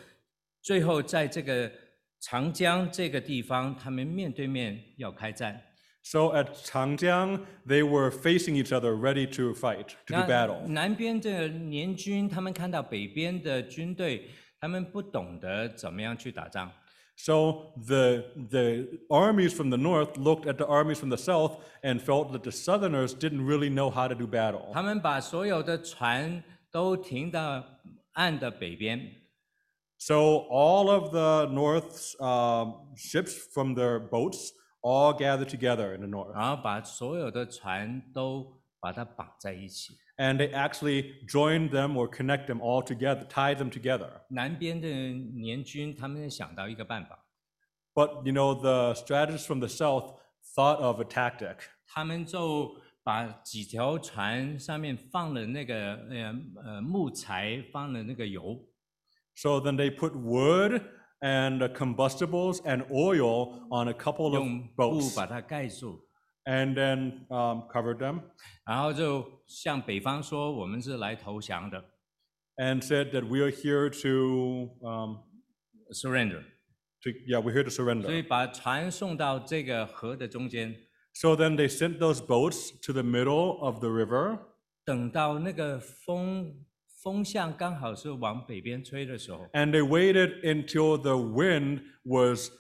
S1: 最后在这个长江这个地方，他们面对面要开战。
S2: So at Changjiang, they were facing each other, ready to fight, to
S1: 那
S2: do battle.
S1: 南边的联军，他们看到北边的军队，他们不懂得怎么样去打仗。
S2: So the the armies from the north looked at the armies from the south and felt that the southerners didn't really know how to do battle.
S1: 他们把所有的船都停到岸的北边，
S2: So all of the north's um, ships from their boats all gathered together in the north,
S1: 然后把所有的船都把它绑在一起。
S2: and they actually joined them or connect them all together, tied them together.
S1: 南边的联军，他们想到一个办法，
S2: But you know, the strategists from the south thought of a tactic.
S1: 他们就把几条船上面放了那个呃呃木材，放了那个油，
S2: So then they put wood and uh, combustibles and oil on a couple
S1: 用
S2: of
S1: 布
S2: boats
S1: 把它盖住，
S2: and then um, covered them
S1: 然后就向北方说我们是来投降的
S2: and said that we are here to, um,
S1: ，surrender，
S2: to yeah, we're here to
S1: 所以
S2: surrender.
S1: 把船送到这个河的中间，
S2: So then they sent those boats to the middle of the river,
S1: 等到那个风风向刚好是往北边吹的时候，
S2: and they waited until the wind was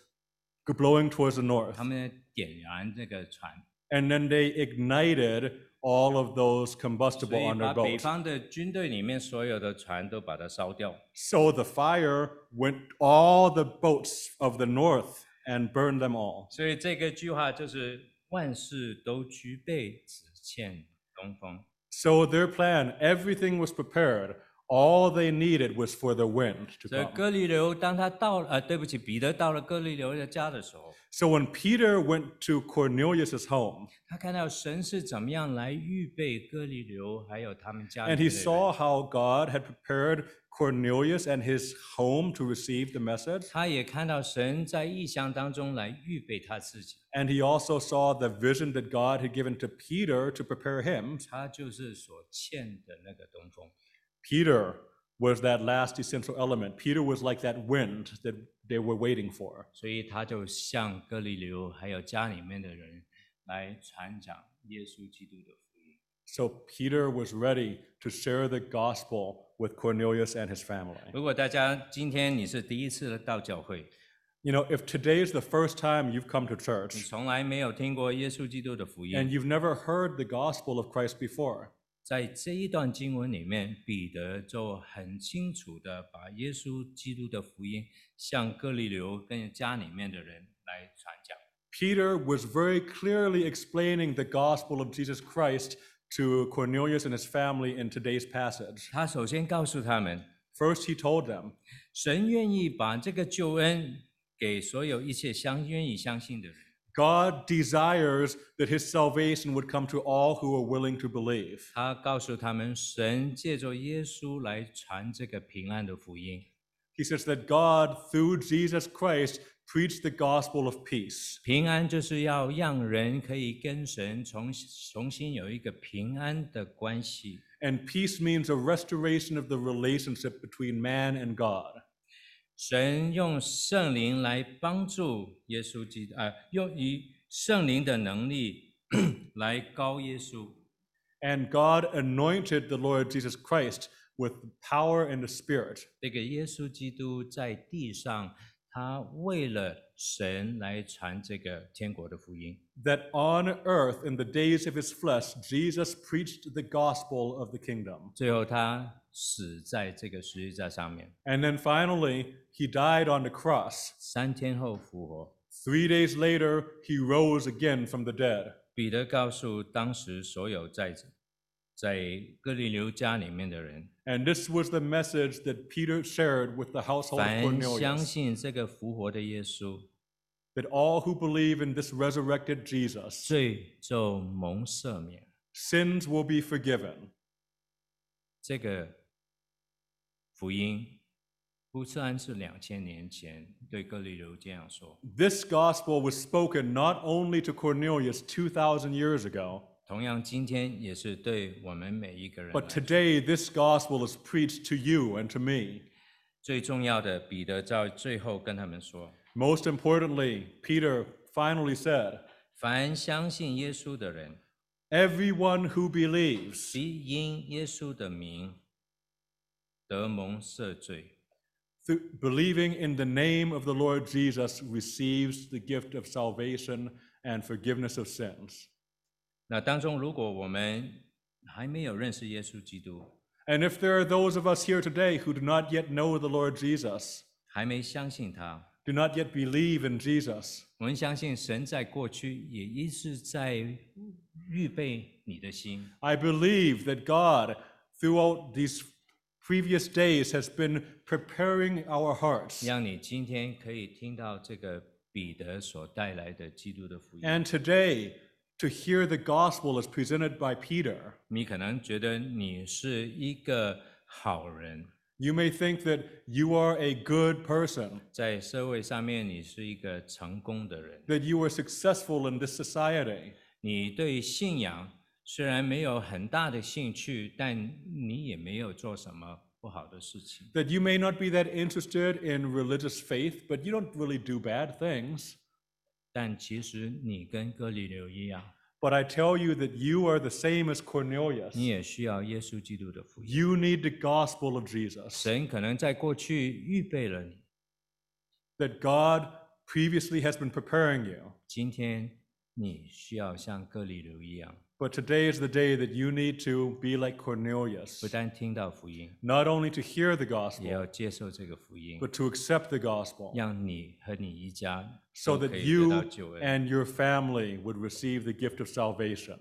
S2: blowing towards the north,
S1: 他们点燃这个船，
S2: and then they ignited all of those
S1: 所
S2: combustible
S1: 以
S2: on
S1: 把
S2: their
S1: 北
S2: boats.
S1: 方的军队里面所有的船都把它烧掉。
S2: So the fire went all the boats of the north and burned them all.
S1: 所以这个句话就是万事都具备，只欠东风。
S2: So their plan, everything was prepared. All they needed was for the wind to
S1: 所以
S2: come.
S1: 哥利流当他到呃，对不起，彼得到了哥利流的家的时候，
S2: So when Peter went to Cornelius's home
S1: 他看到神是怎么样来预备哥利流还有他们家里
S2: and
S1: 的
S2: he
S1: 人。
S2: saw how God had prepared Cornelius and his home to receive the message,
S1: 他也看到神在异象当中来预备他自己，
S2: and he also saw the vision that God had given to Peter to prepare him.
S1: 他就是所欠的那个东风。
S2: Peter was that last essential element. Peter was like that wind that they were waiting for.
S1: 所以他就向哥利流还有家里面的人来传讲耶稣基督的福音。
S2: So Peter was ready to share the gospel with Cornelius and his family.
S1: 如果大家今天你是第一次到教会，
S2: You know, if today's the first time you've come to
S1: 你
S2: church
S1: 从来没有听过耶稣基督的福
S2: and
S1: 音，
S2: you've never heard the gospel of Christ before,
S1: 在这一段经文里面，彼得就很清楚的把耶稣基督的福音向哥利流跟家里面的人来传讲。
S2: Peter was very clearly explaining the gospel of Jesus Christ to Cornelius and his family in today's passage.
S1: 他首先告诉他们，
S2: First, he told them
S1: 神愿意把这个救恩给所有一切相愿意相信的人。
S2: God desires that his salvation would come to all who are willing to believe.
S1: 他告诉他们，神借着耶稣来传这个平安的福音。
S2: He says that God, through Jesus Christ, preached the gospel of peace.
S1: 平安就是要让人可以跟神重重新有一个平安的关系。
S2: And peace means a restoration of the relationship between man and God.
S1: 神用圣灵来帮助耶稣基督，呃，用以圣灵的能力 *coughs* 来高耶稣。
S2: And God anointed the Lord Jesus Christ with power and the Spirit.
S1: 这个耶稣基督在地上，他为了神来传这个天国的福音。
S2: That on earth, in the days of his flesh, Jesus preached the gospel of the kingdom.
S1: 最后，他死在这个十字架上面，
S2: And then finally, he died on the cross.
S1: 三天后复活。
S2: Three days later, he rose again from the dead.
S1: 彼得告诉当时所有在在哥利流家里面的人，
S2: And this was the message that Peter shared with the household of
S1: 凡相
S2: Cornelius
S1: 信这个复活的耶稣，
S2: that all who believe in this resurrected Jesus,
S1: 罪就蒙赦免。
S2: sins will be forgiven.
S1: 这个福音，乌斯安是两千年前对哥利流这样说，
S2: This gospel was spoken not only to Cornelius 2,000 years ago,
S1: 同样今天也是对我们每一个人来。
S2: but today this gospel is preached to you and to me.
S1: 最重要的，彼得在最后跟他们说，
S2: Most importantly, Peter finally said,
S1: 凡相信耶稣的人，
S2: Everyone who believes
S1: 即因耶稣的名得蒙赦罪。
S2: through believing in the name of the Lord Jesus receives the gift of salvation and forgiveness of sins.
S1: 那当中，如果我们还没有认识耶稣基督，
S2: And if there are those of us here today who do not yet know the Lord Jesus,
S1: 还没相信他，
S2: do not yet believe in Jesus,
S1: 我们相信神在过去也一直在预备你的心，
S2: I believe that God, throughout these previous days, has been preparing our hearts.
S1: 让你今天可以听到这个彼得所带来的基督的福音。
S2: And today, to hear the gospel as presented by Peter,
S1: 你可能觉得你是一个好人，
S2: you may think that you are a good person,
S1: 在社会上面你是一个成功的人，
S2: that you are successful in this society.
S1: 你对信仰虽然没有很大的兴趣，但你也没有做什么不好的事情。
S2: that you may not be that interested in religious faith, but you don't really do bad things.
S1: 但其实你跟哥里流一样，
S2: But I tell you that you are the same as Cornelius.
S1: 你也需要耶稣基督的福音。
S2: You need the gospel of Jesus.
S1: 神可能在过去预备了你，
S2: That God previously has been preparing you.
S1: 今天你需要像哥里流一样，
S2: But today is the day that you need to be like Cornelius.
S1: 不但听到福音，
S2: Not only to hear the
S1: 也
S2: gospel,
S1: 要接受这个福音，
S2: but to accept the gospel
S1: 让你和你一家
S2: so
S1: 都可
S2: that
S1: 以得到
S2: you
S1: 救恩。
S2: and your family would receive the gift of salvation.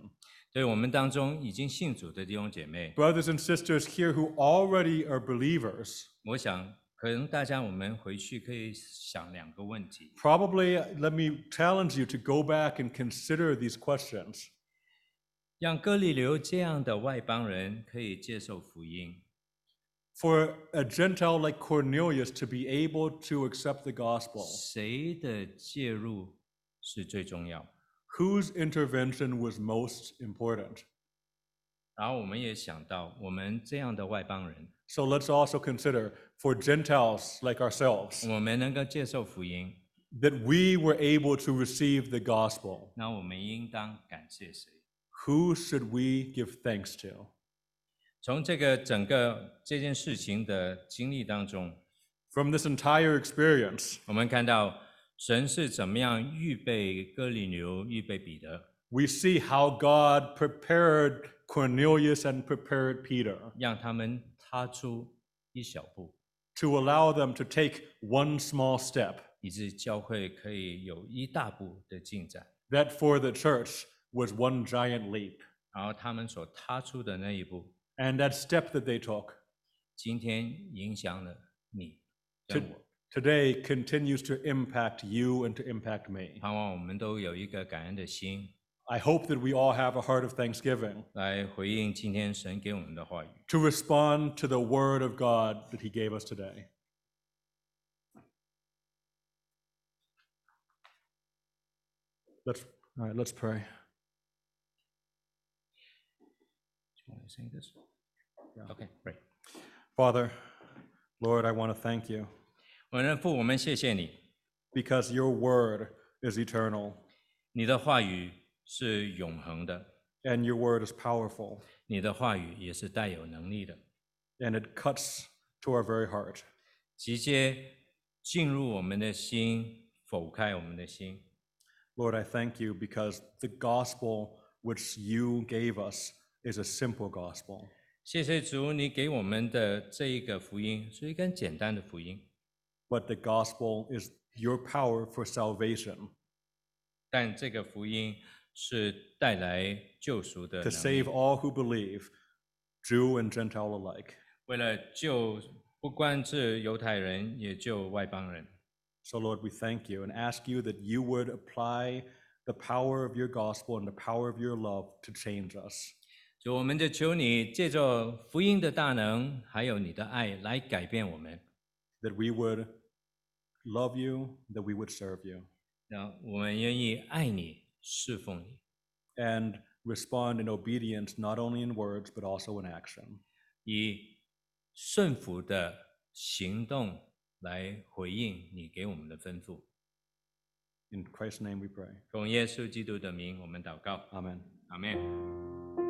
S1: 对我们当中已经信主的弟兄姐妹，
S2: Brothers and sisters here who already are believers,
S1: 我想可能大家我们回去可以想两个问题：
S2: probably uh, let me challenge you to go back and consider these questions.
S1: 让哥利流这样的外邦人可以接受福音，
S2: For a Gentile like Cornelius to be able to accept the gospel,
S1: 谁的介入是最重要？
S2: whose intervention was most important?
S1: 然后我们也想到，我们这样的外邦人，
S2: So let's also consider for Gentiles like ourselves
S1: 我们能够接受福音，
S2: that we were able to receive the gospel.
S1: 那我们应当感谢谁？
S2: Who should we give thanks to?
S1: 从这个整个这件事情的经历当中，
S2: From this entire experience,
S1: 我们看到神是怎么样预备哥里流、预备彼得，
S2: we see how God prepared Cornelius and prepared Peter
S1: 让他们踏出一小步，
S2: to allow them to take one small step,
S1: 以致教会可以有一大步的进展。
S2: that for the church was one giant leap.
S1: 然后他们所踏出的那一步，
S2: And that step that they took
S1: 今天影响了你
S2: to-
S1: 跟我。
S2: today continues to impact you and to impact me.
S1: 盼望我们都有一个感恩的心，
S2: I hope that we all have a heart of thanksgiving
S1: 来回应今天神给我们的话语。
S2: to respond to the word of God that he gave us today. Let's, all right, let's pray.
S1: OK，right.
S2: Father, Lord, I want to thank you
S1: 我们的父，我们谢谢你，
S2: because your word is eternal
S1: 你的话语是永恒的，
S2: and your word is powerful
S1: 你的话语也是带有能力的，
S2: and it cuts to our very heart.
S1: 直接进入我们的心，剖开我们的心。
S2: Lord, I thank you because the gospel which you gave us is a simple gospel.
S1: 谢谢主，你给我们的这一个福音是一个很简单的福音，
S2: but the gospel is your power for salvation
S1: 但这个福音是带来救赎的
S2: to
S1: 能力
S2: save all who believe, Jew and Gentile alike.
S1: 为了救不光是犹太人，也救外邦人。
S2: So, Lord, we thank you and ask you that you would apply the power of your gospel and the power of your love to change us,
S1: 主，我们就求你借着福音的大能，还有你的爱来改变我们，
S2: that we would love you, that we would serve you,
S1: 让我们愿意爱你、侍奉你，
S2: and respond in obedience, not only in words, but also in action.
S1: 以顺服的行动来回应你给我们的吩咐。
S2: In Christ's name we pray.
S1: 奉耶稣基督的名，我们祷告，
S2: Amen.
S1: 阿门。